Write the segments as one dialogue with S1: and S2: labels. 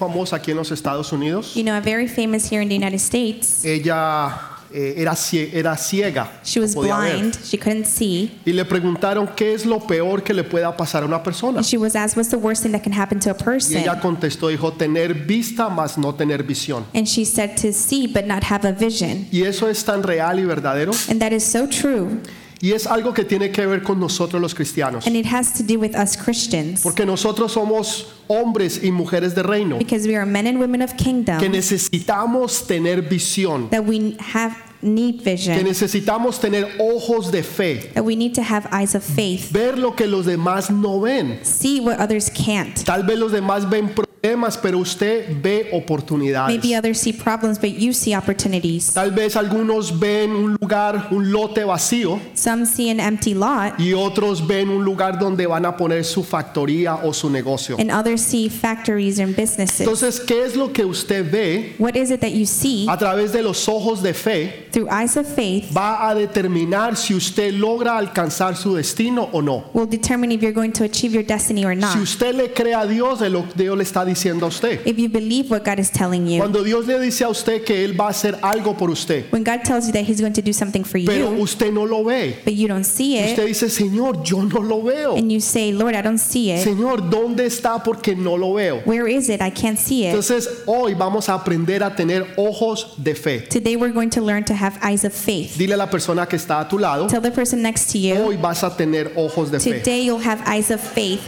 S1: famosa aquí en los Estados Unidos.
S2: You know, very famous here in the United States.
S1: Ella eh, era, cie- era ciega.
S2: She was
S1: no podía ver.
S2: blind, she couldn't see.
S1: Y le preguntaron qué es lo peor que le pueda pasar a una persona.
S2: And she was asked, What's the worst thing that can happen to a
S1: Y
S2: person?
S1: ella contestó, dijo, tener vista más no tener visión.
S2: And she said, To see but not have a vision.
S1: Y eso es tan real y verdadero.
S2: And that is so true.
S1: Y es algo que tiene que ver con nosotros los cristianos.
S2: And it has to do with us Christians
S1: Porque nosotros somos hombres y mujeres de reino
S2: because we are men and women of
S1: que
S2: kingdom
S1: necesitamos tener visión,
S2: that we have need
S1: que
S2: vision,
S1: necesitamos tener ojos de fe,
S2: that we need to have eyes of faith,
S1: ver lo que los demás no ven.
S2: see what others can't.
S1: Tal vez los demás ven problemas, pero usted ve oportunidades.
S2: Maybe others see problems, but you see opportunities.
S1: Tal vez algunos ven un lugar, un lote vacío
S2: Some see an empty lot,
S1: y otros ven un lugar donde van a poner su factoría o su negocio.
S2: and others see factories and businesses.
S1: Entonces, ¿qué es lo que usted ve
S2: What is it that you see
S1: a través de los ojos de fe?
S2: through eyes of faith
S1: Va a determinar si usted logra alcanzar su destino o no.
S2: will determine if you're going to achieve your destiny or
S1: Si
S2: not.
S1: usted le cree a Dios de lo que Dios le está diciendo a usted.
S2: If you believe what God is telling you,
S1: Cuando Dios le dice a usted que Él va a hacer algo por usted,
S2: when God tells you that He's going to do something for
S1: pero
S2: you,
S1: usted no lo ve.
S2: but you don't see
S1: Usted
S2: it,
S1: dice, Señor, yo no lo veo.
S2: and you say, Lord, I don't see it.
S1: Señor, ¿dónde está? Porque no lo veo.
S2: Where is it? I can't see it.
S1: Entonces, hoy vamos a aprender a tener ojos de fe.
S2: Today we're going to learn to have eyes of faith.
S1: Dile a la persona que está a tu lado,
S2: Tell the person next to you,
S1: hoy vas a tener ojos de fe.
S2: today you'll have eyes of faith.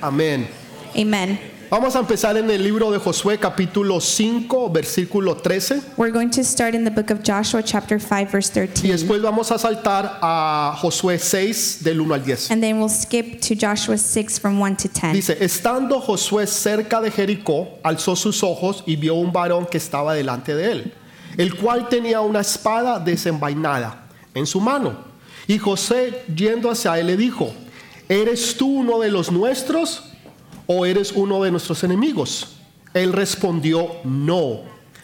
S1: Amén.
S2: Amen.
S1: Vamos a empezar en el libro de Josué capítulo 5, versículo 13,
S2: We're going to start in the book of Joshua, chapter 5, verse
S1: y
S2: 13.
S1: después vamos a saltar a Josué 6 del 1 al 10.
S2: And then we'll skip to Joshua 6 from 1 to 10.
S1: Dice, estando Josué cerca de Jericó, alzó sus ojos y vio un varón que estaba delante de él, el cual tenía una espada desenvainada en su mano. Y José, yendo hacia él, le dijo, ¿eres tú uno de los nuestros o eres uno de nuestros enemigos? Él respondió, no,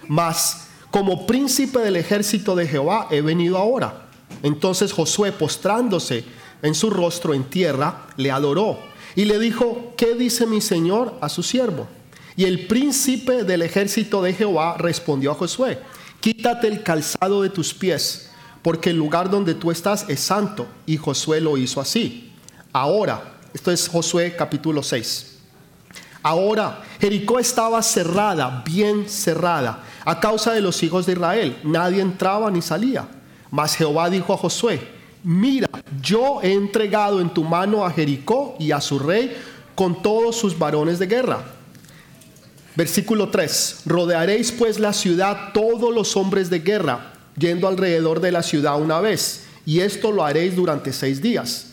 S1: mas como príncipe del ejército de Jehová he venido ahora. Entonces Josué, postrándose en su rostro en tierra, le adoró y le dijo, ¿qué dice mi señor a su siervo? Y el príncipe del ejército de Jehová respondió a Josué, quítate el calzado de tus pies, porque el lugar donde tú estás es santo. Y Josué lo hizo así. Ahora, esto es Josué capítulo 6. Ahora, Jericó estaba cerrada, bien cerrada, a causa de los hijos de Israel. Nadie entraba ni salía. Mas Jehová dijo a Josué, mira, yo he entregado en tu mano a Jericó y a su rey con todos sus varones de guerra. Versículo 3. Rodearéis pues la ciudad todos los hombres de guerra, yendo alrededor de la ciudad una vez, y esto lo haréis durante seis días.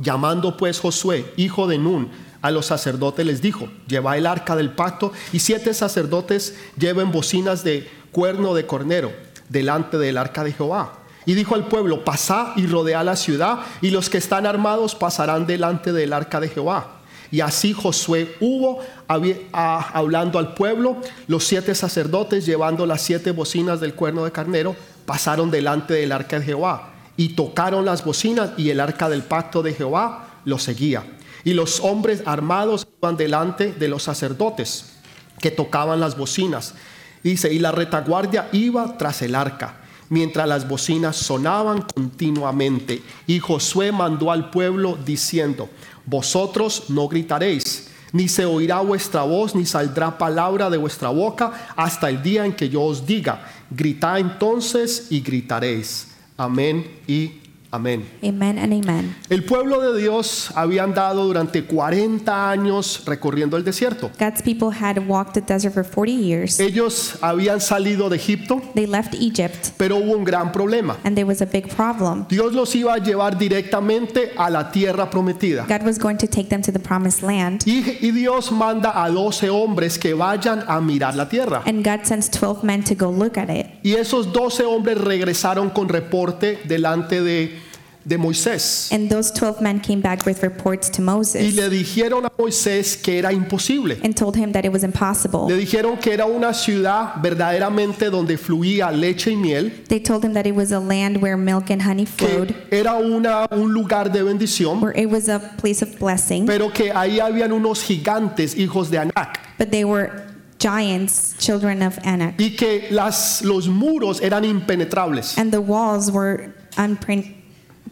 S1: Llamando pues Josué, hijo de Nun, a los sacerdotes les dijo, lleva el arca del pacto, y siete sacerdotes lleven bocinas de cuerno de cornero delante del arca de Jehová. Y dijo al pueblo, pasad y rodead la ciudad, y los que están armados pasarán delante del arca de Jehová. Y así Josué hubo habi- a- hablando al pueblo, los siete sacerdotes llevando las siete bocinas del cuerno de carnero, pasaron delante del arca de Jehová, y tocaron las bocinas, y el arca del pacto de Jehová los seguía. Y los hombres armados iban delante de los sacerdotes que tocaban las bocinas. Dice, y la retaguardia iba tras el arca, mientras las bocinas sonaban continuamente. Y Josué mandó al pueblo diciendo, vosotros no gritaréis, ni se oirá vuestra voz, ni saldrá palabra de vuestra boca, hasta el día en que yo os diga, gritad entonces y gritaréis. Amén y Amén.
S2: Amen and amen.
S1: El pueblo de Dios había andado durante 40 años recorriendo el desierto.
S2: God's people had walked the desert for 40 years.
S1: Ellos habían salido de Egipto,
S2: They left Egypt,
S1: pero hubo un gran problema.
S2: and there was a big problem.
S1: Dios los iba a llevar directamente a la tierra prometida.
S2: God was going to take them to the promised land,
S1: Y, y Dios manda a 12 hombres que vayan a mirar la tierra.
S2: and God sends 12 men to go look at it.
S1: Y esos 12 hombres regresaron con reporte delante de, de Moisés.
S2: And those 12 men came back with reports to
S1: Y
S2: Moses
S1: le dijeron a Moisés que era imposible.
S2: and told him that it was
S1: Le
S2: impossible.
S1: dijeron que era una ciudad verdaderamente donde fluía leche y miel,
S2: They told him that it was a land where milk and honey flowed,
S1: que era una, un lugar de bendición,
S2: where it was a place of blessing,
S1: pero que ahí habían unos gigantes, hijos de Anak,
S2: but they were giants, children of Anak.
S1: y que las, los muros eran impenetrables.
S2: and the walls were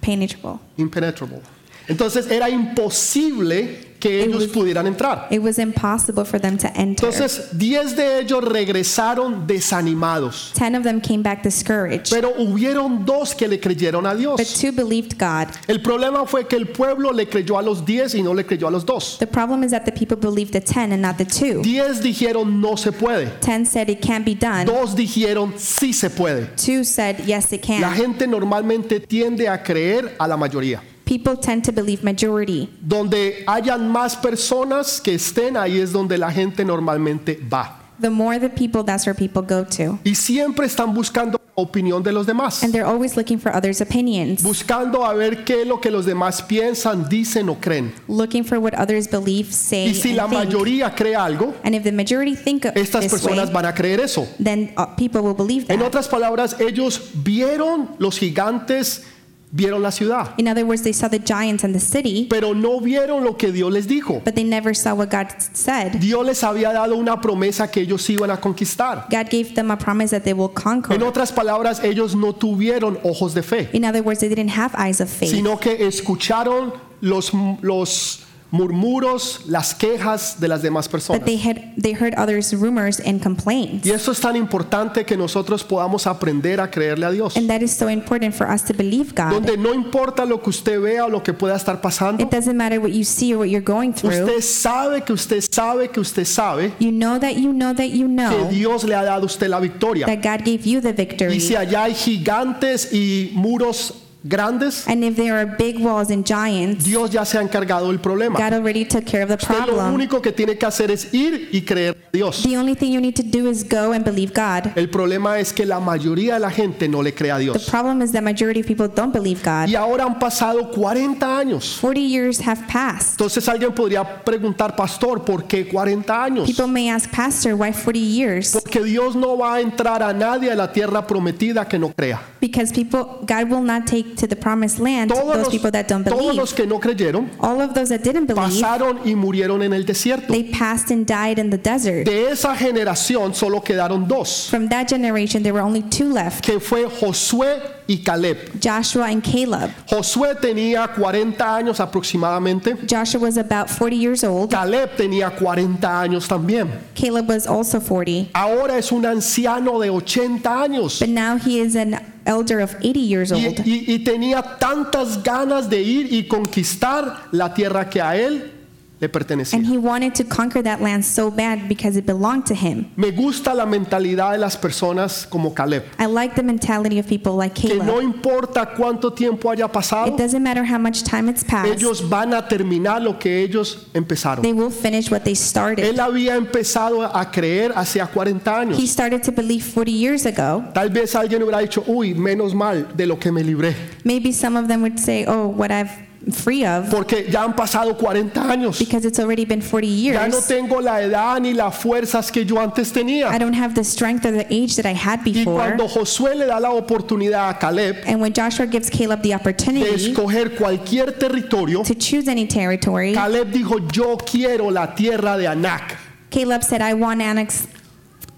S2: unpenetrable.
S1: Impenetrable. Entonces era imposible que ellos pudieran entrar.
S2: It was impossible for them to enter.
S1: Entonces, 10 de ellos regresaron desanimados,
S2: Ten of them came back discouraged,
S1: pero hubieron dos que le creyeron a
S2: but
S1: Dios.
S2: two believed God.
S1: El problema fue que el pueblo le creyó a los 10 y no le creyó a los dos.
S2: The problem is that the people believed the ten and not the two.
S1: 10 dijeron no se puede.
S2: Ten said it can't be done.
S1: Dos dijeron sí se puede.
S2: Two said yes, it
S1: La
S2: can.
S1: gente normalmente tiende a creer a la mayoría.
S2: People tend to believe majority.
S1: Donde hayan más personas que estén ahí es donde la gente normalmente va.
S2: The more the people, that's where people go to.
S1: Y siempre están buscando la opinión de los demás.
S2: And they're always looking for others' opinions,
S1: Buscando a ver qué es lo que los demás piensan, dicen o creen.
S2: looking for what others believe, say,
S1: Y si la
S2: and think.
S1: mayoría cree algo,
S2: And if the majority think of
S1: estas
S2: this way,
S1: personas van a creer eso.
S2: then uh, people will believe
S1: En
S2: that.
S1: otras palabras, ellos vieron los gigantes, vieron la ciudad,
S2: In other words, they saw the giants and the city,
S1: pero no vieron lo que Dios les dijo.
S2: but they never saw what God said.
S1: Dios les había dado una promesa que ellos iban a conquistar.
S2: God gave them a promise that they will
S1: En
S2: conquer.
S1: otras palabras, ellos no tuvieron ojos de fe,
S2: In other words, they didn't have eyes of faith,
S1: sino que escucharon los, los murmuros, las quejas de las demás
S2: but
S1: personas.
S2: they had they heard others' rumors and complaints.
S1: Y eso es tan importante que nosotros podamos aprender a creerle a Dios.
S2: And that is so important for us to believe God.
S1: Donde no importa lo que usted vea o lo que pueda estar pasando,
S2: It doesn't matter what you see or what you're going through.
S1: usted sabe que usted sabe que usted sabe
S2: You know that you know that you
S1: que
S2: know
S1: Dios le ha dado a usted la victoria.
S2: that God gave you the
S1: Y
S2: victory.
S1: si allá hay gigantes y muros grandes,
S2: And if there are big walls and giants,
S1: Dios ya se ha encargado del problema.
S2: God already took care of the
S1: Usted lo
S2: problem.
S1: único que tiene que hacer es ir y creer a Dios.
S2: The only thing you need to do is go and believe God.
S1: El problema es que la mayoría de la gente no le cree a
S2: The
S1: Dios.
S2: problem is that majority of people don't believe God.
S1: Y ahora han pasado 40 años.
S2: 40 years have passed.
S1: Entonces alguien podría preguntar, pastor, ¿por qué 40 años?
S2: People may ask, Pastor, why 40 years?
S1: Porque Dios no va a entrar a nadie a la tierra prometida que no crea.
S2: Because people, God will not take to the promised land
S1: Todos
S2: those
S1: los,
S2: people that don't
S1: todos los
S2: believe.
S1: que no creyeron
S2: All of those that didn't believe,
S1: pasaron y murieron en el desierto.
S2: they passed and died in the desert.
S1: De esa generación solo quedaron dos,
S2: From that generation, there were only two left
S1: que fue Josué y Caleb.
S2: Joshua and Caleb.
S1: Josué tenía 40 años aproximadamente.
S2: Joshua was about 40 years old,
S1: Caleb tenía 40 años también.
S2: Caleb was also 40.
S1: Ahora es un anciano de 80 años.
S2: But now he is an elder of 80 years
S1: Y,
S2: old.
S1: y- y tenía tantas ganas de ir y conquistar la tierra que a él le pertenecía.
S2: And he wanted to conquer that land so bad because it belonged to him.
S1: Me gusta la mentalidad de las personas como Caleb,
S2: I like the mentality of people like
S1: que no
S2: Caleb.
S1: importa cuánto tiempo haya
S2: It
S1: pasado,
S2: doesn't matter how much time it's passed,
S1: ellos van a terminar lo que ellos
S2: they
S1: empezaron.
S2: will finish what they
S1: Él
S2: started.
S1: había empezado a creer hacía 40
S2: He
S1: años.
S2: started to believe 40 years ago.
S1: Tal vez alguien hubiera dicho, uy, menos mal de lo que me libré,
S2: Maybe some of them would say, Oh, what I've free of,
S1: porque ya han pasado 40 años.
S2: because it's already been 40
S1: Ya no
S2: years.
S1: tengo la edad ni las fuerzas que yo antes
S2: I
S1: tenía.
S2: don't have the strength or the age that I had
S1: Y
S2: before.
S1: cuando Josué le da la oportunidad a Caleb
S2: And when Joshua gives Caleb the
S1: de
S2: opportunity
S1: escoger cualquier territorio,
S2: to choose any territory,
S1: Caleb dijo, yo quiero la tierra de Anac.
S2: Caleb said, I want annex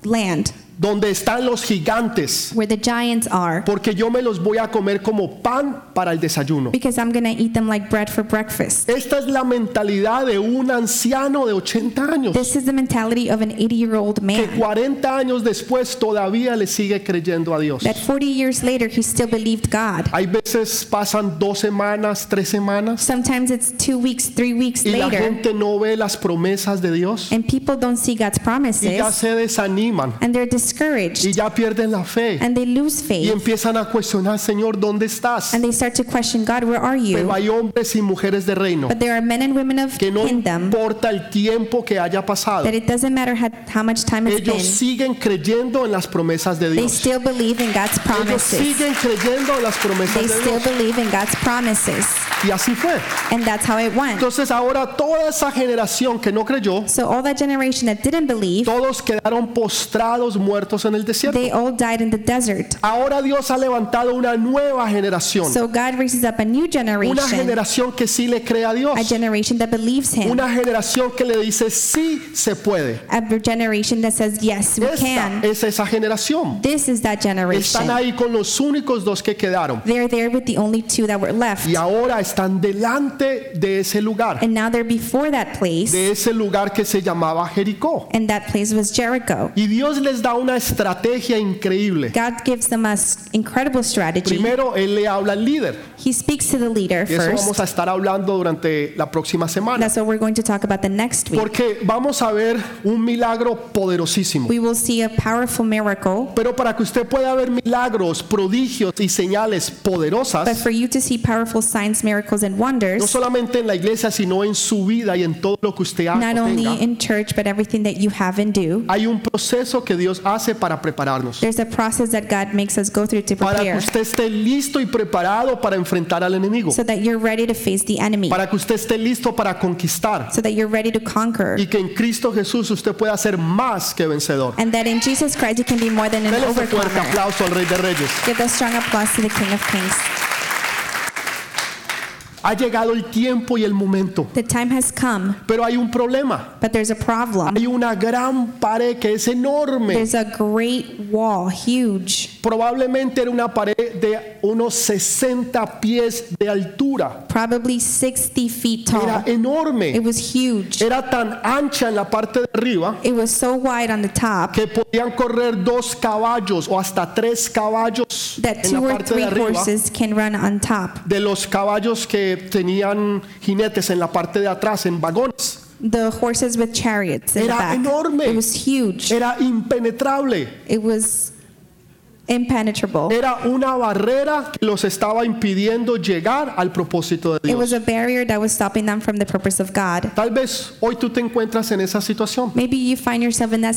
S2: land.
S1: donde están los gigantes,
S2: where the giants are,
S1: porque yo me los voy a comer como pan para el desayuno.
S2: because I'm going to eat them like bread for breakfast.
S1: Esta es la mentalidad de un anciano de 80 años
S2: This is the mentality of an 80 year old
S1: que
S2: man
S1: 40 años después todavía le sigue creyendo a Dios.
S2: that 40 years later he still believed God.
S1: Hay veces pasan dos semanas, tres semanas
S2: Sometimes it's two weeks, three weeks
S1: y la
S2: later,
S1: gente no ve las promesas de Dios
S2: and people don't see God's
S1: y ya
S2: promises,
S1: se desaniman
S2: and they're discouraged,
S1: y ya pierden la fe
S2: and they lose
S1: y
S2: faith,
S1: empiezan a cuestionar, Señor, ¿dónde estás?
S2: and they start to question God, where are
S1: Pero
S2: you?
S1: hay hombres y mujeres de reino
S2: But there are men and women of
S1: que no
S2: kingdom
S1: importa el tiempo que haya pasado,
S2: that it doesn't matter how, how much time it's
S1: ellos
S2: been,
S1: siguen creyendo en las promesas de
S2: they
S1: Dios.
S2: still believe in God's
S1: Ellos
S2: promises.
S1: siguen creyendo en las promesas
S2: They
S1: de
S2: still
S1: Dios.
S2: believe in God's promises.
S1: Y así fue.
S2: And that's how it went.
S1: Entonces ahora toda esa generación que no creyó,
S2: So all that generation that didn't believe,
S1: todos quedaron postrados, muertos en el desierto.
S2: they all died in the desert.
S1: Ahora Dios ha levantado una nueva generación.
S2: So God raises up a new
S1: Una
S2: generation,
S1: generación que sí le cree a Dios.
S2: a generation that believes Him,
S1: Una generación que le dice sí se puede.
S2: a generation that says, Yes, we
S1: Esta
S2: can.
S1: es esa generación.
S2: This is that
S1: Están
S2: generation.
S1: ahí con los únicos dos que quedaron.
S2: They're there with the only two that were left.
S1: Y ahora están delante de ese lugar.
S2: And now they're before that place,
S1: De ese lugar que se llamaba Jericó.
S2: and that place was Jericho.
S1: Y Dios les da una estrategia increíble.
S2: God gives them an incredible strategy.
S1: Primero, Él le habla al líder.
S2: He speaks to the leader
S1: Y eso
S2: first.
S1: vamos a estar hablando durante la próxima semana.
S2: That's what we're going to talk about the next week.
S1: Porque vamos a ver un milagro poderosísimo.
S2: We will see a powerful miracle.
S1: Pero para que usted pueda ver milagros, prodigios y señales
S2: But
S1: poderosas,
S2: for you to see powerful signs, miracles, and
S1: no
S2: wonders,
S1: solamente en la iglesia, sino en su vida y en todo lo que usted haga,
S2: not only
S1: tenga,
S2: in church, but everything that you have and do,
S1: hay un proceso que Dios hace para prepararnos.
S2: there's a process that God makes us go through to
S1: Para que
S2: prepare
S1: usted esté listo y preparado para enfrentar al enemigo.
S2: so that you're ready to face the enemy,
S1: Para que usted esté listo para conquistar.
S2: so that you're ready to conquer,
S1: Y que en Cristo Jesús usted pueda ser más que vencedor.
S2: and that in Jesus Christ you can be more than an
S1: Dele ese fuerte
S2: overcomer.
S1: aplauso al Rey de Reyes.
S2: Give a strong applause to the King of Kings.
S1: Ha llegado el tiempo y el momento.
S2: The time has come,
S1: Pero hay un problema.
S2: but there's a problem.
S1: Hay una gran pared que es enorme.
S2: There's a great wall, huge,
S1: Probablemente era una pared de unos 60 pies de altura.
S2: probably 60 feet
S1: Era
S2: tall. It
S1: enorme.
S2: was huge.
S1: Era tan ancha en la parte de arriba
S2: It was so wide on the top
S1: que podían correr dos caballos o hasta tres caballos
S2: that
S1: en
S2: two
S1: la
S2: or
S1: parte de
S2: three
S1: arriba
S2: horses can run on top.
S1: de los caballos que tenían jinetes en la parte de atrás en vagones.
S2: The horses with chariots in the
S1: Era
S2: back.
S1: enorme. Eh.
S2: It was huge.
S1: Era impenetrable.
S2: It was impenetrable.
S1: Era una barrera que los estaba impidiendo llegar al propósito de
S2: It
S1: Dios.
S2: was a barrier that was stopping them from the purpose of God.
S1: Tal vez hoy tú te encuentras en esa situación.
S2: Maybe you find yourself in that
S1: Dios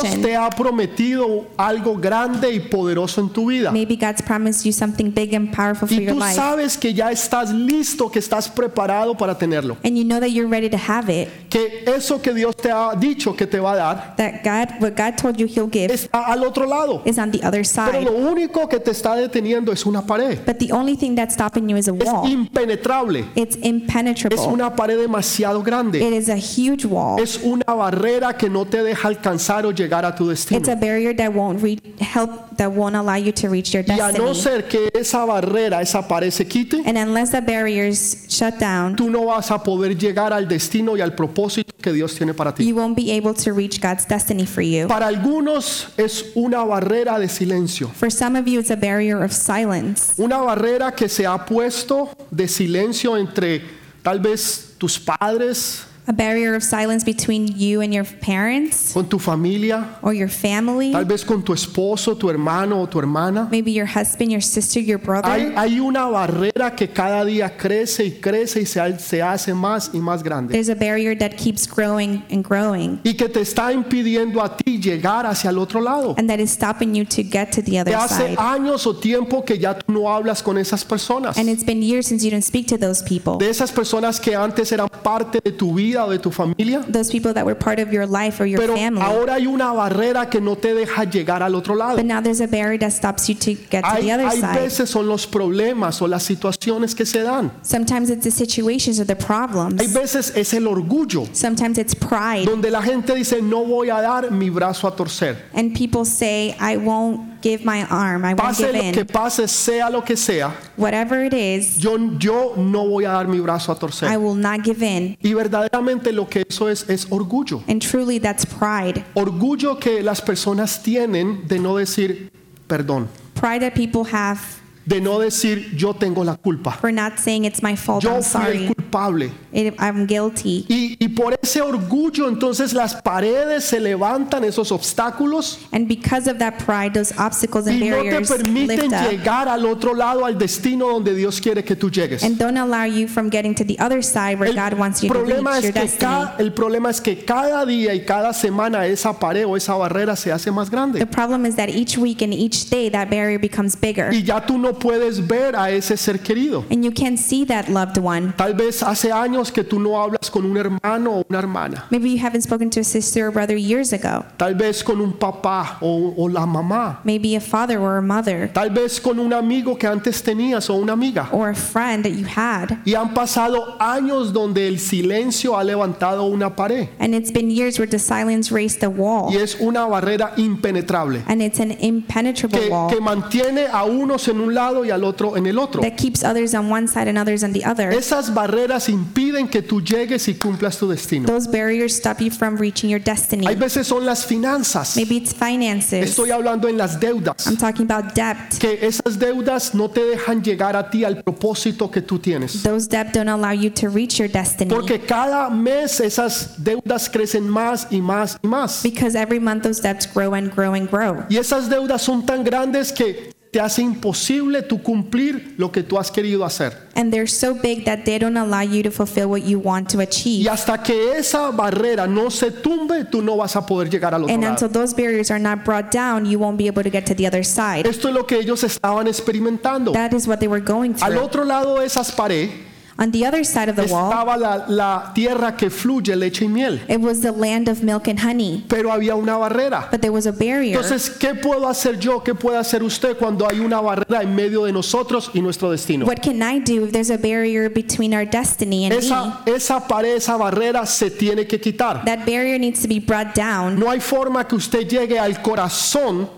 S2: situation.
S1: te ha prometido algo grande y poderoso en tu vida.
S2: Maybe God's promised you something big and powerful for
S1: Y
S2: your
S1: tú
S2: life.
S1: sabes que ya estás listo, que estás preparado para tenerlo.
S2: And you know that you're ready to have it.
S1: Que eso que Dios te ha dicho que te va a dar
S2: That God, what God told you He'll give
S1: está al otro lado.
S2: is on the other
S1: Pero
S2: side.
S1: lo único que te está deteniendo es una pared.
S2: But the only thing that's stopping you is a
S1: Es
S2: wall.
S1: impenetrable.
S2: It's
S1: Es
S2: impenetrable.
S1: una pared demasiado grande.
S2: It is a huge wall.
S1: Es una barrera que no te deja alcanzar o llegar a tu
S2: It's
S1: destino.
S2: a barrier that won't re- help, that won't allow you to reach your
S1: Y a no
S2: destiny.
S1: ser que esa barrera, esa pared se quite,
S2: And unless the barriers shut down,
S1: tú no vas a poder llegar al destino y al propósito que Dios tiene para ti.
S2: you won't be able to reach God's destiny for you.
S1: Para algunos es una barrera de silencio,
S2: For some of you, it's a barrier of silence,
S1: una barrera que se ha puesto de silencio entre tal vez tus padres,
S2: a barrier of silence between you and your parents
S1: con tu familia,
S2: or your family,
S1: tal vez con tu esposo, tu hermano o tu hermana.
S2: maybe your husband, your sister, your
S1: Hay,
S2: brother.
S1: hay una barrera que cada día crece y crece y se, ha- se hace más y más grande
S2: There's a barrier that keeps growing and growing
S1: y que te está impidiendo a ti llegar hacia el otro lado.
S2: and that is stopping you to get to the other
S1: De hace
S2: side.
S1: años o tiempo que ya tú no hablas con esas personas.
S2: And it's been years since you didn't speak to those people.
S1: de esas personas que antes eran parte de tu vida o de tu familia.
S2: those people that were part of your life or your
S1: Pero
S2: family.
S1: ahora hay una barrera que no te deja llegar al otro lado.
S2: but now there's a barrier that stops you to get to
S1: Hay,
S2: the other
S1: hay
S2: side.
S1: veces son los problemas o las situaciones que se dan.
S2: Sometimes it's the situations or the problems.
S1: Hay veces es el orgullo,
S2: Sometimes it's pride.
S1: donde la gente dice no voy a dar mi brazo a torcer.
S2: And people say, I won't give my arm, I won't
S1: Pase
S2: give
S1: lo que
S2: in.
S1: pase, sea lo que sea,
S2: Whatever it is,
S1: yo, yo no voy a dar mi brazo a
S2: I
S1: torcer.
S2: will not give in.
S1: Y verdaderamente lo que eso es es orgullo.
S2: And truly, that's pride.
S1: Orgullo que las personas tienen de no decir perdón,
S2: Pride that people have
S1: de no decir yo tengo la culpa,
S2: for not saying it's my fault,
S1: yo
S2: Oh, I'm
S1: fui el
S2: sorry,
S1: culpable.
S2: it, I'm guilty.
S1: Y, y por ese orgullo entonces las paredes se levantan, esos obstáculos,
S2: And because of that pride, those obstacles and
S1: y no te
S2: barriers
S1: permiten
S2: lift up
S1: llegar al otro lado, al destino donde Dios quiere que tú llegues.
S2: and don't allow you from getting to the other side where
S1: El
S2: God wants you to reach
S1: problema,
S2: your
S1: es que
S2: destiny.
S1: ca- el problema es que cada día y cada semana esa pared o esa barrera se hace más
S2: The
S1: grande.
S2: problem is that each week and each day, that barrier becomes bigger.
S1: Y ya tú no puedes ver a ese ser querido.
S2: And you can't see that loved one.
S1: Tal vez hace años que tú no hablas con un hermano o una hermana.
S2: Maybe you haven't spoken to a sister or brother years ago.
S1: Tal vez con un papá o, o la mamá.
S2: Maybe a father or a mother
S1: Tal vez con un amigo que antes tenías o una amiga.
S2: or a friend that you had.
S1: Y han pasado años donde el silencio ha levantado una pared.
S2: And it's been years where the silence raised the wall.
S1: Y es una barrera impenetrable.
S2: And it's an impenetrable
S1: Que,
S2: wall
S1: que mantiene a unos en un lado y al otro en el otro.
S2: that keeps others on one side and others on the other.
S1: Esas barreras impiden que tú llegues y cumplas tu destino.
S2: Those barriers stop you from reaching your destiny.
S1: Hay veces son las finanzas.
S2: Maybe it's finances.
S1: Estoy hablando en las deudas.
S2: I'm talking about debt.
S1: Que esas deudas no te dejan llegar a ti al propósito que tú tienes.
S2: Those debt don't allow you to reach your destiny
S1: Porque cada mes esas deudas crecen más y más y más.
S2: because every month those debts grow and grow and grow.
S1: Y esas deudas son tan grandes que te hace imposible tú cumplir lo que tú has querido hacer.
S2: And they're so big that they don't allow you to fulfill what you want to
S1: Y
S2: achieve.
S1: hasta que esa barrera no se tumbe, tú no vas a poder llegar al otro
S2: And until
S1: lado.
S2: those barriers are not brought down, you won't be able to get to the other side.
S1: Esto es lo que ellos estaban experimentando.
S2: That is what they were going
S1: Al
S2: through.
S1: otro lado de esas paredes
S2: On the other side of the wall,
S1: estaba la, la tierra que fluye leche y miel,
S2: it was the land of milk and honey,
S1: pero había una barrera.
S2: but there was a barrier.
S1: Entonces, ¿qué puedo hacer yo? ¿Qué puede hacer usted cuando hay una barrera en medio de nosotros y nuestro destino?
S2: What can I do if there's a barrier between our destiny and me?
S1: Esa, esa pared, esa barrera se tiene que quitar.
S2: That barrier needs to be brought down.
S1: No hay forma que usted llegue al corazón,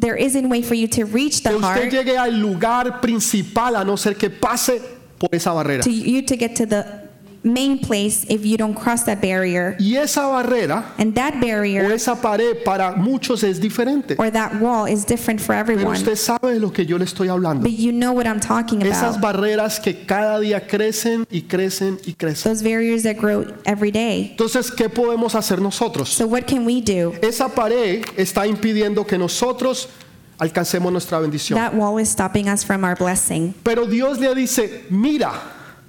S2: There isn't way for you to reach
S1: que
S2: the
S1: usted
S2: heart
S1: llegue al lugar principal a no ser que pase por esa barrera.
S2: to you to get to the main place if you don't cross that barrier.
S1: Y esa barrera
S2: And that
S1: o
S2: barrier
S1: esa pared para muchos es diferente.
S2: or that wall is different for
S1: Pero
S2: everyone.
S1: usted sabe de lo que yo le estoy hablando.
S2: But you know what I'm talking
S1: Esas
S2: about.
S1: barreras que cada día crecen y crecen y crecen.
S2: Those barriers that grow every day.
S1: Entonces, ¿qué podemos hacer nosotros?
S2: So what can we do?
S1: Esa pared está impidiendo que nosotros alcancemos nuestra bendición.
S2: That wall is stopping us from our blessing.
S1: Pero Dios le dice, mira,